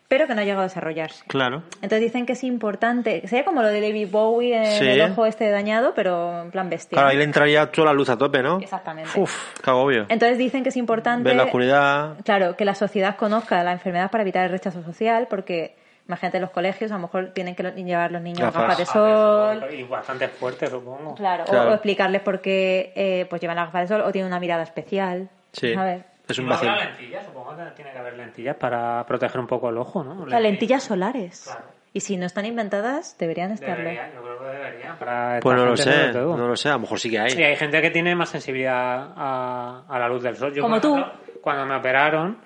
Speaker 2: pero que no ha llegado a desarrollarse.
Speaker 5: Claro.
Speaker 2: Entonces dicen que es importante, sería como lo de David Bowie en
Speaker 5: Sí.
Speaker 2: el ojo este dañado, pero en plan bestia.
Speaker 5: Claro, ahí le entraría toda la luz a tope, ¿no?
Speaker 2: Exactamente.
Speaker 5: Uf, qué agobio.
Speaker 2: Entonces dicen que es importante,
Speaker 5: Ver la oscuridad.
Speaker 2: claro, que la sociedad conozca la enfermedad para evitar el rechazo social, porque imagínate los colegios, a lo mejor tienen que lo- llevar los niños
Speaker 5: Gafas.
Speaker 2: gafas de sol,
Speaker 3: Y bastante fuerte, supongo.
Speaker 2: claro, o-
Speaker 5: Claro.
Speaker 2: O, explicarles por qué eh, pues llevan las gafas de sol o tienen una mirada especial.
Speaker 5: Sí.
Speaker 2: A ver.
Speaker 5: Es un
Speaker 3: No habrá
Speaker 5: vacío.
Speaker 3: lentillas, supongo que tiene que haber lentillas para proteger un poco el ojo, ¿no?
Speaker 2: Las lentillas solares.
Speaker 3: Claro.
Speaker 2: Y si no están inventadas, deberían estarlo.
Speaker 3: Deberían, yo creo que deberían. Para esta
Speaker 5: Pues no lo
Speaker 3: gente,
Speaker 5: sé,
Speaker 3: sobre todo.
Speaker 5: no lo sé, a lo mejor sí que
Speaker 3: Sí,
Speaker 5: hay.
Speaker 3: hay gente que tiene más sensibilidad a, a la luz del sol. Yo,
Speaker 2: Como
Speaker 3: por
Speaker 2: tú.
Speaker 3: ejemplo, Cuando me operaron,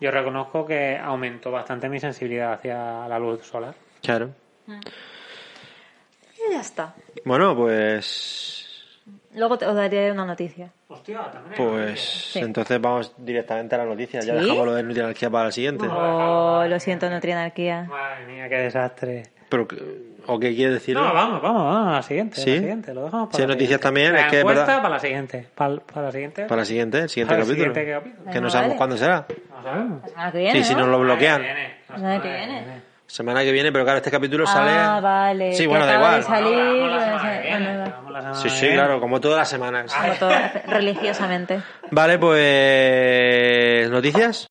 Speaker 3: yo reconozco que aumentó bastante mi sensibilidad hacia la luz solar.
Speaker 5: Claro.
Speaker 2: Y ya está.
Speaker 5: Bueno, pues.
Speaker 2: Luego te- os daré una noticia.
Speaker 3: Hostia, también.
Speaker 5: Pues. Entonces vamos directamente a la noticia. Ya
Speaker 2: ¿Sí?
Speaker 5: dejamos lo de nutrianarquía para la siguiente.
Speaker 2: Oh, lo siento, Nutrianarquía.
Speaker 3: Madre mía, qué desastre.
Speaker 5: Pero, que- ¿O qué quieres decir?
Speaker 3: No, vamos, vamos, vamos a la siguiente. a
Speaker 5: ¿Sí?
Speaker 3: la siguiente, lo dejamos para
Speaker 5: Sí,
Speaker 3: la
Speaker 5: noticias
Speaker 3: siguiente.
Speaker 5: también,
Speaker 3: La
Speaker 5: es que es
Speaker 3: encuesta
Speaker 5: verdad.
Speaker 3: para la siguiente. Para, para la siguiente.
Speaker 5: Para el siguiente, el siguiente
Speaker 3: Para el
Speaker 5: capítulo.
Speaker 3: siguiente
Speaker 5: Que
Speaker 3: capítulo.
Speaker 5: no
Speaker 2: Venga,
Speaker 5: sabemos
Speaker 2: vale.
Speaker 5: cuándo será.
Speaker 3: No sabemos.
Speaker 2: La semana que viene,
Speaker 5: Sí, si nos lo bloquean.
Speaker 2: La semana que viene.
Speaker 5: Semana que viene, pero claro, este capítulo sale.
Speaker 2: Ah, vale.
Speaker 5: Sí,
Speaker 2: que
Speaker 5: bueno, da
Speaker 2: acaba de
Speaker 5: igual.
Speaker 2: salir,
Speaker 3: Vamos la
Speaker 2: bueno,
Speaker 3: semana que
Speaker 2: sí,
Speaker 3: viene,
Speaker 2: bueno,
Speaker 3: vamos la semana
Speaker 5: Sí,
Speaker 3: que
Speaker 5: sí,
Speaker 3: viene.
Speaker 5: claro, como todas las semanas.
Speaker 2: como todo, religiosamente.
Speaker 5: Vale, pues. ¿Noticias?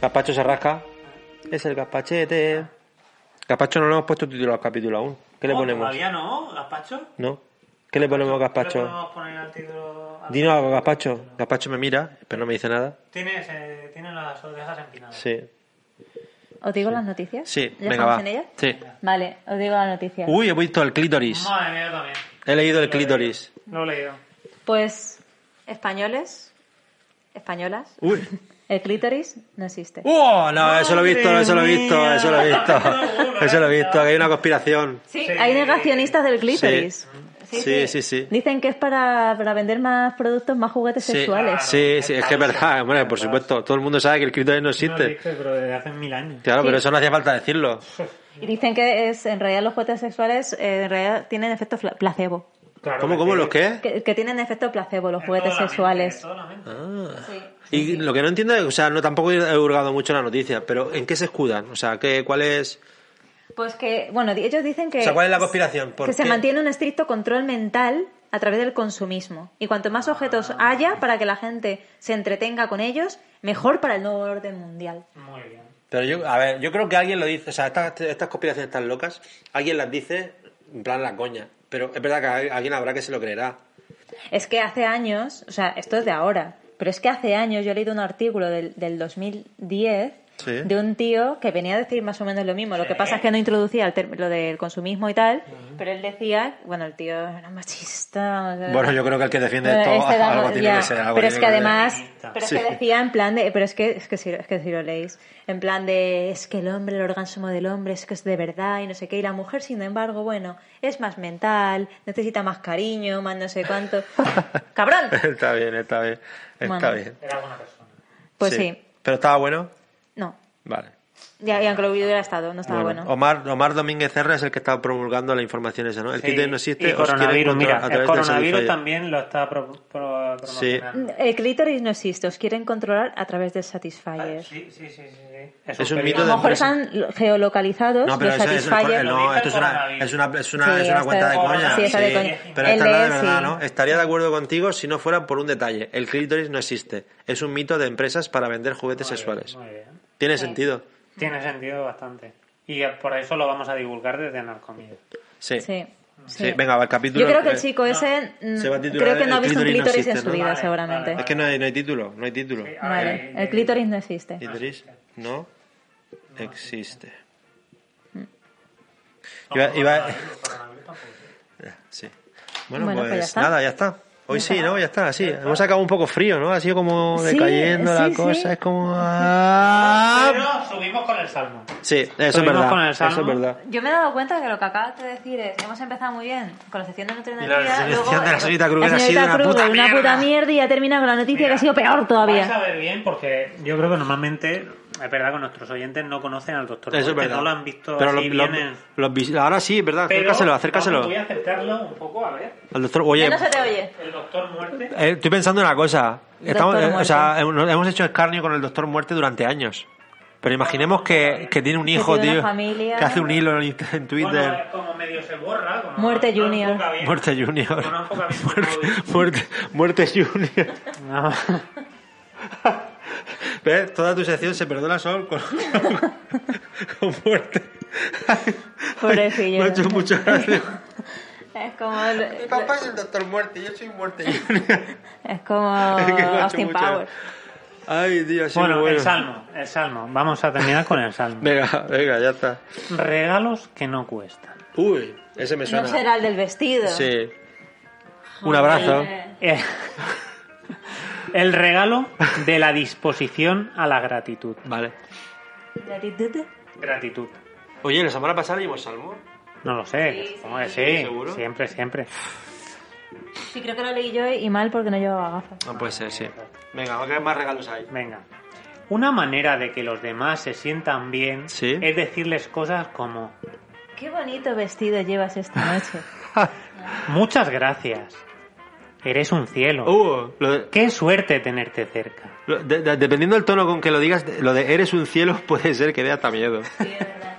Speaker 5: Gaspacho se rasca. Es el gazpachete. Gazpacho no le hemos puesto título al capítulo aún. ¿Qué le
Speaker 3: Oh,
Speaker 5: ponemos?
Speaker 3: Todavía no, Gaspacho.
Speaker 5: ¿No? ¿Qué le ponemos a
Speaker 3: ¿Qué le
Speaker 5: Gazpacho?
Speaker 3: podemos poner al título? al-
Speaker 5: Dinos algo, Gazpacho. Gazpacho me mira, pero no me dice nada.
Speaker 3: Tienes, eh, tienes las orejas empinadas.
Speaker 5: Sí.
Speaker 2: ¿Os digo las noticias?
Speaker 5: Sí,
Speaker 2: ¿Ya
Speaker 5: venga,
Speaker 2: estamos
Speaker 5: va. Uh.
Speaker 2: en ellas?
Speaker 5: Sí.
Speaker 2: Vale, os digo las noticias.
Speaker 5: Uy, he visto el clítoris.
Speaker 3: Madre mía, yo también.
Speaker 5: He leído el clítoris.
Speaker 3: Lo he leído.
Speaker 2: Pues, españoles, españolas,
Speaker 5: Uy.
Speaker 2: el clítoris no existe.
Speaker 5: ¡Oh! No, eso lo he visto, eso lo he visto,
Speaker 3: Madre
Speaker 5: eso lo he
Speaker 3: mía.
Speaker 5: visto. Eso lo he visto, que hay una conspiración.
Speaker 2: Sí,
Speaker 3: Sí.
Speaker 2: hay negacionistas del clítoris.
Speaker 5: Sí. Sí, sí, sí.
Speaker 2: Dicen que es para, para vender más productos, más juguetes
Speaker 5: Sí, Ah,
Speaker 2: sexuales.
Speaker 5: sí, sí, es que es verdad, hombre, por supuesto. Todo el mundo sabe que el clítoris no
Speaker 3: No
Speaker 5: existe.
Speaker 3: existe, pero desde hace mil años.
Speaker 5: Claro, pero
Speaker 2: Sí.
Speaker 5: eso no hacía falta decirlo.
Speaker 2: Y dicen que es en realidad los juguetes sexuales eh, en realidad tienen efecto fla- placebo.
Speaker 3: Claro
Speaker 5: ¿Cómo, cómo,
Speaker 3: sí.
Speaker 5: los qué?
Speaker 2: Que, que tienen efecto placebo los
Speaker 3: En
Speaker 2: juguetes
Speaker 3: toda la mente,
Speaker 2: sexuales.
Speaker 3: en toda la mente.
Speaker 5: Ah.
Speaker 2: Sí.
Speaker 5: Y lo que no entiendo es, o sea, no tampoco he hurgado mucho en la noticia, pero ¿en qué se escudan? O sea, ¿qué, ¿cuál es...?
Speaker 2: Pues que, bueno, di- ellos dicen que...
Speaker 5: O sea, ¿cuál es la conspiración? ¿Por
Speaker 2: que se
Speaker 5: qué?
Speaker 2: mantiene un estricto control mental a través del consumismo. Y cuanto más objetos
Speaker 5: Ah.
Speaker 2: haya para que la gente se entretenga con ellos, mejor para el nuevo orden mundial.
Speaker 3: Muy bien.
Speaker 5: Pero yo, a ver, yo creo que alguien lo dice, o sea, estas, estas conspiraciones tan locas, alguien las dice en plan la coña, pero es verdad que hay- alguien habrá que se lo creerá.
Speaker 2: Es que hace años, o sea, esto es de ahora, pero es que hace años yo he leído un artículo del, del 2010
Speaker 5: Sí.
Speaker 2: de un tío que venía a decir más o menos lo mismo. Lo que pasa es que no introducía el term- lo del consumismo y tal, pero él decía, bueno, el tío era machista. o sea,
Speaker 5: Bueno, yo creo que el que defiende
Speaker 2: Bueno,
Speaker 5: esto
Speaker 2: Eh, este da-
Speaker 5: algo tiene
Speaker 2: ya,
Speaker 5: que ser. algo
Speaker 2: pero es
Speaker 5: tiene
Speaker 2: que además,
Speaker 3: feminista.
Speaker 2: pero
Speaker 5: Sí.
Speaker 2: es que decía en plan de, pero es que es que si, es que si lo leéis, en plan de es que el hombre, el orgasmo del hombre es que es de verdad y no sé qué y la mujer sin embargo, bueno, es más mental, necesita más cariño, más no sé cuánto. Cabrón.
Speaker 5: Está bien, está bien, está
Speaker 2: Bueno.
Speaker 5: bien.
Speaker 3: Era buena persona.
Speaker 2: Pues sí.
Speaker 5: ¿Pero estaba bueno?
Speaker 2: No.
Speaker 5: Vale.
Speaker 2: Ya, y aunque lo hubiera estado, no estaba bueno.
Speaker 5: Omar, Omar Domínguez R es el que está promulgando la información esa, ¿no? El clítoris no existe.
Speaker 3: Y
Speaker 5: os quieren
Speaker 3: coronavirus,
Speaker 5: controlar
Speaker 3: mira,
Speaker 5: a
Speaker 3: el
Speaker 5: través del
Speaker 3: coronavirus
Speaker 5: Satisfyer.
Speaker 3: también lo está pro, pro-
Speaker 5: Sí.
Speaker 3: promocionando.
Speaker 2: El clítoris no existe, os quieren controlar a través del Satisfyer.
Speaker 3: Ah, Sí, sí, sí, sí, sí.
Speaker 5: Es un
Speaker 3: peligro.
Speaker 2: A
Speaker 5: mito
Speaker 2: lo
Speaker 5: de
Speaker 2: mejor
Speaker 5: empresa.
Speaker 2: están geolocalizados
Speaker 5: No, pero
Speaker 2: los
Speaker 5: eso es,
Speaker 2: Satisfyer.
Speaker 5: el- no, esto es una, es una, es una,
Speaker 2: Sí,
Speaker 5: es una cuenta de
Speaker 2: está-
Speaker 5: coña.
Speaker 2: sí, está de
Speaker 5: Sí.
Speaker 2: coña.
Speaker 5: Pero esta
Speaker 2: El
Speaker 5: es la de
Speaker 2: de-
Speaker 5: verdad,
Speaker 2: sí.
Speaker 5: ¿no? Estaría de acuerdo contigo si no fuera por un detalle. El clítoris no existe. Es un mito de empresas para vender juguetes sexuales.
Speaker 3: Muy bien.
Speaker 5: Tiene sentido.
Speaker 3: Tiene sentido bastante. Y por eso lo vamos a divulgar desde Narcomida.
Speaker 5: Sí.
Speaker 2: Sí.
Speaker 5: Sí, venga, va, el capítulo-
Speaker 2: Yo creo que el
Speaker 5: eh,
Speaker 2: chico ese mm,
Speaker 5: se va a titular
Speaker 2: creo que no ha
Speaker 5: El
Speaker 2: visto un
Speaker 5: clítoris no
Speaker 2: clítoris en
Speaker 5: existe,
Speaker 2: su
Speaker 5: ¿no?
Speaker 2: vida,
Speaker 3: Vale,
Speaker 2: seguramente.
Speaker 3: vale.
Speaker 5: Es que no hay, no hay título, no hay título.
Speaker 2: Vale, el clítoris no existe.
Speaker 5: Clítoris, no existe. Iba, iba, sí. Bueno,
Speaker 2: Bueno,
Speaker 5: pues,
Speaker 2: pues ya está.
Speaker 5: nada, ya está. Hoy sí, ¿no? Ya está, sí. Hemos acabado un poco frío, ¿no? Ha sido como
Speaker 2: Sí,
Speaker 5: decayendo la
Speaker 2: sí,
Speaker 5: cosa,
Speaker 2: sí.
Speaker 5: es como... ah,
Speaker 3: Pero subimos con el salmo.
Speaker 5: Sí, eso es
Speaker 3: Subimos
Speaker 5: verdad.
Speaker 3: con el
Speaker 5: eso
Speaker 3: salmo.
Speaker 5: es verdad.
Speaker 2: Yo me he dado cuenta que lo que acabas de decir es, hemos empezado muy bien con la sección de nuestra
Speaker 5: Y la
Speaker 2: energía,
Speaker 5: sección
Speaker 2: luego
Speaker 5: de la señorita Kruger
Speaker 2: la
Speaker 5: ha sido
Speaker 2: señorita
Speaker 5: una puta
Speaker 2: Kruger, una
Speaker 5: mierda.
Speaker 2: puta mierda y ha terminado con la noticia que ha sido peor
Speaker 3: Vais
Speaker 2: todavía.
Speaker 3: a ver bien porque yo creo que normalmente, es verdad que nuestros oyentes no conocen al doctor.
Speaker 5: Eso es
Speaker 3: Muerte,
Speaker 5: verdad.
Speaker 3: No lo han visto
Speaker 5: Pero
Speaker 3: así
Speaker 5: lo- lo-
Speaker 3: bien en-
Speaker 5: los vis- ahora sí, es verdad.
Speaker 3: Pero
Speaker 5: acércaselo, acércaselo.
Speaker 3: Voy a aceptarlo un poco, a ver.
Speaker 5: Al doctor, oye,
Speaker 2: Ya no se te oye.
Speaker 3: El doctor muerte.
Speaker 5: eh, estoy pensando en una cosa. Estamos,
Speaker 2: Doctor
Speaker 5: eh, o sea, hemos hemos hecho escarnio con el doctor muerte durante años. Pero imaginemos que, que tiene un hijo,
Speaker 2: tiene
Speaker 5: tío,
Speaker 2: una familia.
Speaker 5: que hace un hilo en, Inst- en Twitter.
Speaker 3: Bueno, eh, como medio se borra. Como
Speaker 2: Muerte
Speaker 3: no
Speaker 2: Junior.
Speaker 3: enfoca bien.
Speaker 5: Muerte Junior.
Speaker 3: Bueno, enfoca bien su móvil.
Speaker 5: Muerte, muerte, muerte Junior.
Speaker 3: No.
Speaker 5: ¿Ves? Toda tu sección se perdona sol con, con muerte.
Speaker 2: Pobrecillo.
Speaker 5: Me ha hecho mucha gracia.
Speaker 2: Es como, el-
Speaker 5: Mi papá es el doctor muerte, yo soy muerte Junior.
Speaker 2: es como
Speaker 5: Es que me ha hecho
Speaker 2: Ah, Austin
Speaker 5: mucha
Speaker 2: Powers.
Speaker 5: Ay, Dios, sí,
Speaker 3: bueno,
Speaker 5: muy
Speaker 3: el salmo. El salmo. Vamos a terminar con el salmo.
Speaker 5: Venga, venga, ya está.
Speaker 3: Regalos que no cuestan.
Speaker 5: Uy, ese me suena.
Speaker 2: No será el del vestido.
Speaker 5: Sí. Un abrazo.
Speaker 3: Eh, El regalo de la disposición a la gratitud.
Speaker 5: Vale.
Speaker 2: Gratitud.
Speaker 3: Gratitud.
Speaker 5: Oye, la semana pasada vimos salmo.
Speaker 3: No lo sé, supongo que sí.
Speaker 5: ¿Seguro?
Speaker 3: Siempre, siempre.
Speaker 2: Sí, creo que lo leí yo y mal porque no llevaba gafas.
Speaker 5: No puede ser, sí. Venga, va a quedar más regalos ahí.
Speaker 3: Venga. Una manera de que los demás se sientan bien
Speaker 5: Sí.
Speaker 3: es decirles cosas como
Speaker 2: Qué bonito vestido llevas esta noche.
Speaker 3: muchas gracias, eres un cielo,
Speaker 5: Uh, lo de-
Speaker 3: qué suerte tenerte cerca.
Speaker 5: lo- de- de- dependiendo del tono con que lo digas, de- lo de eres un cielo puede ser que dé hasta miedo.
Speaker 2: Sí, es verdad.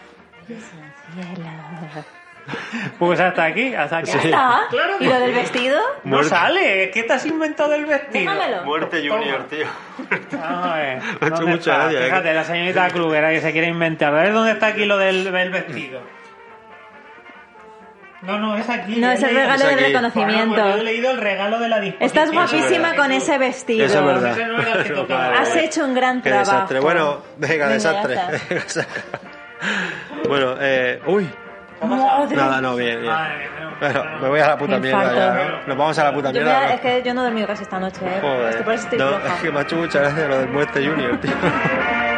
Speaker 2: Eres un cielo.
Speaker 3: Pues hasta aquí, hasta aquí.
Speaker 2: Ya está.
Speaker 7: Claro.
Speaker 2: ¿Y lo del vestido?
Speaker 3: No
Speaker 7: Muerte.
Speaker 3: sale, ¿qué te has inventado el vestido?
Speaker 2: Déjamelo.
Speaker 7: Muerte Junior, tío.
Speaker 3: Vamos a ver.
Speaker 7: Me ha hecho
Speaker 3: ¿dónde
Speaker 7: mucha
Speaker 3: está?
Speaker 7: gracia, eh.
Speaker 3: Fíjate, la señorita Krugera que se quiere inventar. A ver dónde está aquí lo del, del vestido. No, no, es aquí.
Speaker 2: No, es el
Speaker 3: Yo he
Speaker 2: regalo
Speaker 3: leído-
Speaker 7: O sea
Speaker 2: del
Speaker 7: que-
Speaker 2: reconocimiento.
Speaker 3: Bueno, pues yo he leído el regalo de la disposición.
Speaker 2: Estás guapísima
Speaker 7: verdad.
Speaker 2: con ese vestido.
Speaker 5: Eso es verdad.
Speaker 3: Ese no era el que tocaba.
Speaker 2: Has hecho un gran
Speaker 5: Qué
Speaker 2: trabajo.
Speaker 5: desastre. Bueno, venga,
Speaker 2: ya
Speaker 5: desastre.
Speaker 2: está.
Speaker 5: bueno, eh, uy,
Speaker 2: Madre.
Speaker 5: nada, no, bien, bien.
Speaker 3: Madre mía.
Speaker 5: Bueno, me voy a la puta
Speaker 2: Qué
Speaker 5: mierda
Speaker 2: infarto.
Speaker 5: ya. Nos vamos a la puta
Speaker 2: Yo me-
Speaker 5: mierda.
Speaker 2: es que yo no he dormido casi esta noche, ¿eh?
Speaker 5: Joder.
Speaker 2: Es que por eso estoy
Speaker 5: No,
Speaker 2: floja.
Speaker 5: es que me ha hecho muchas gracias lo del muerte Junior, tío.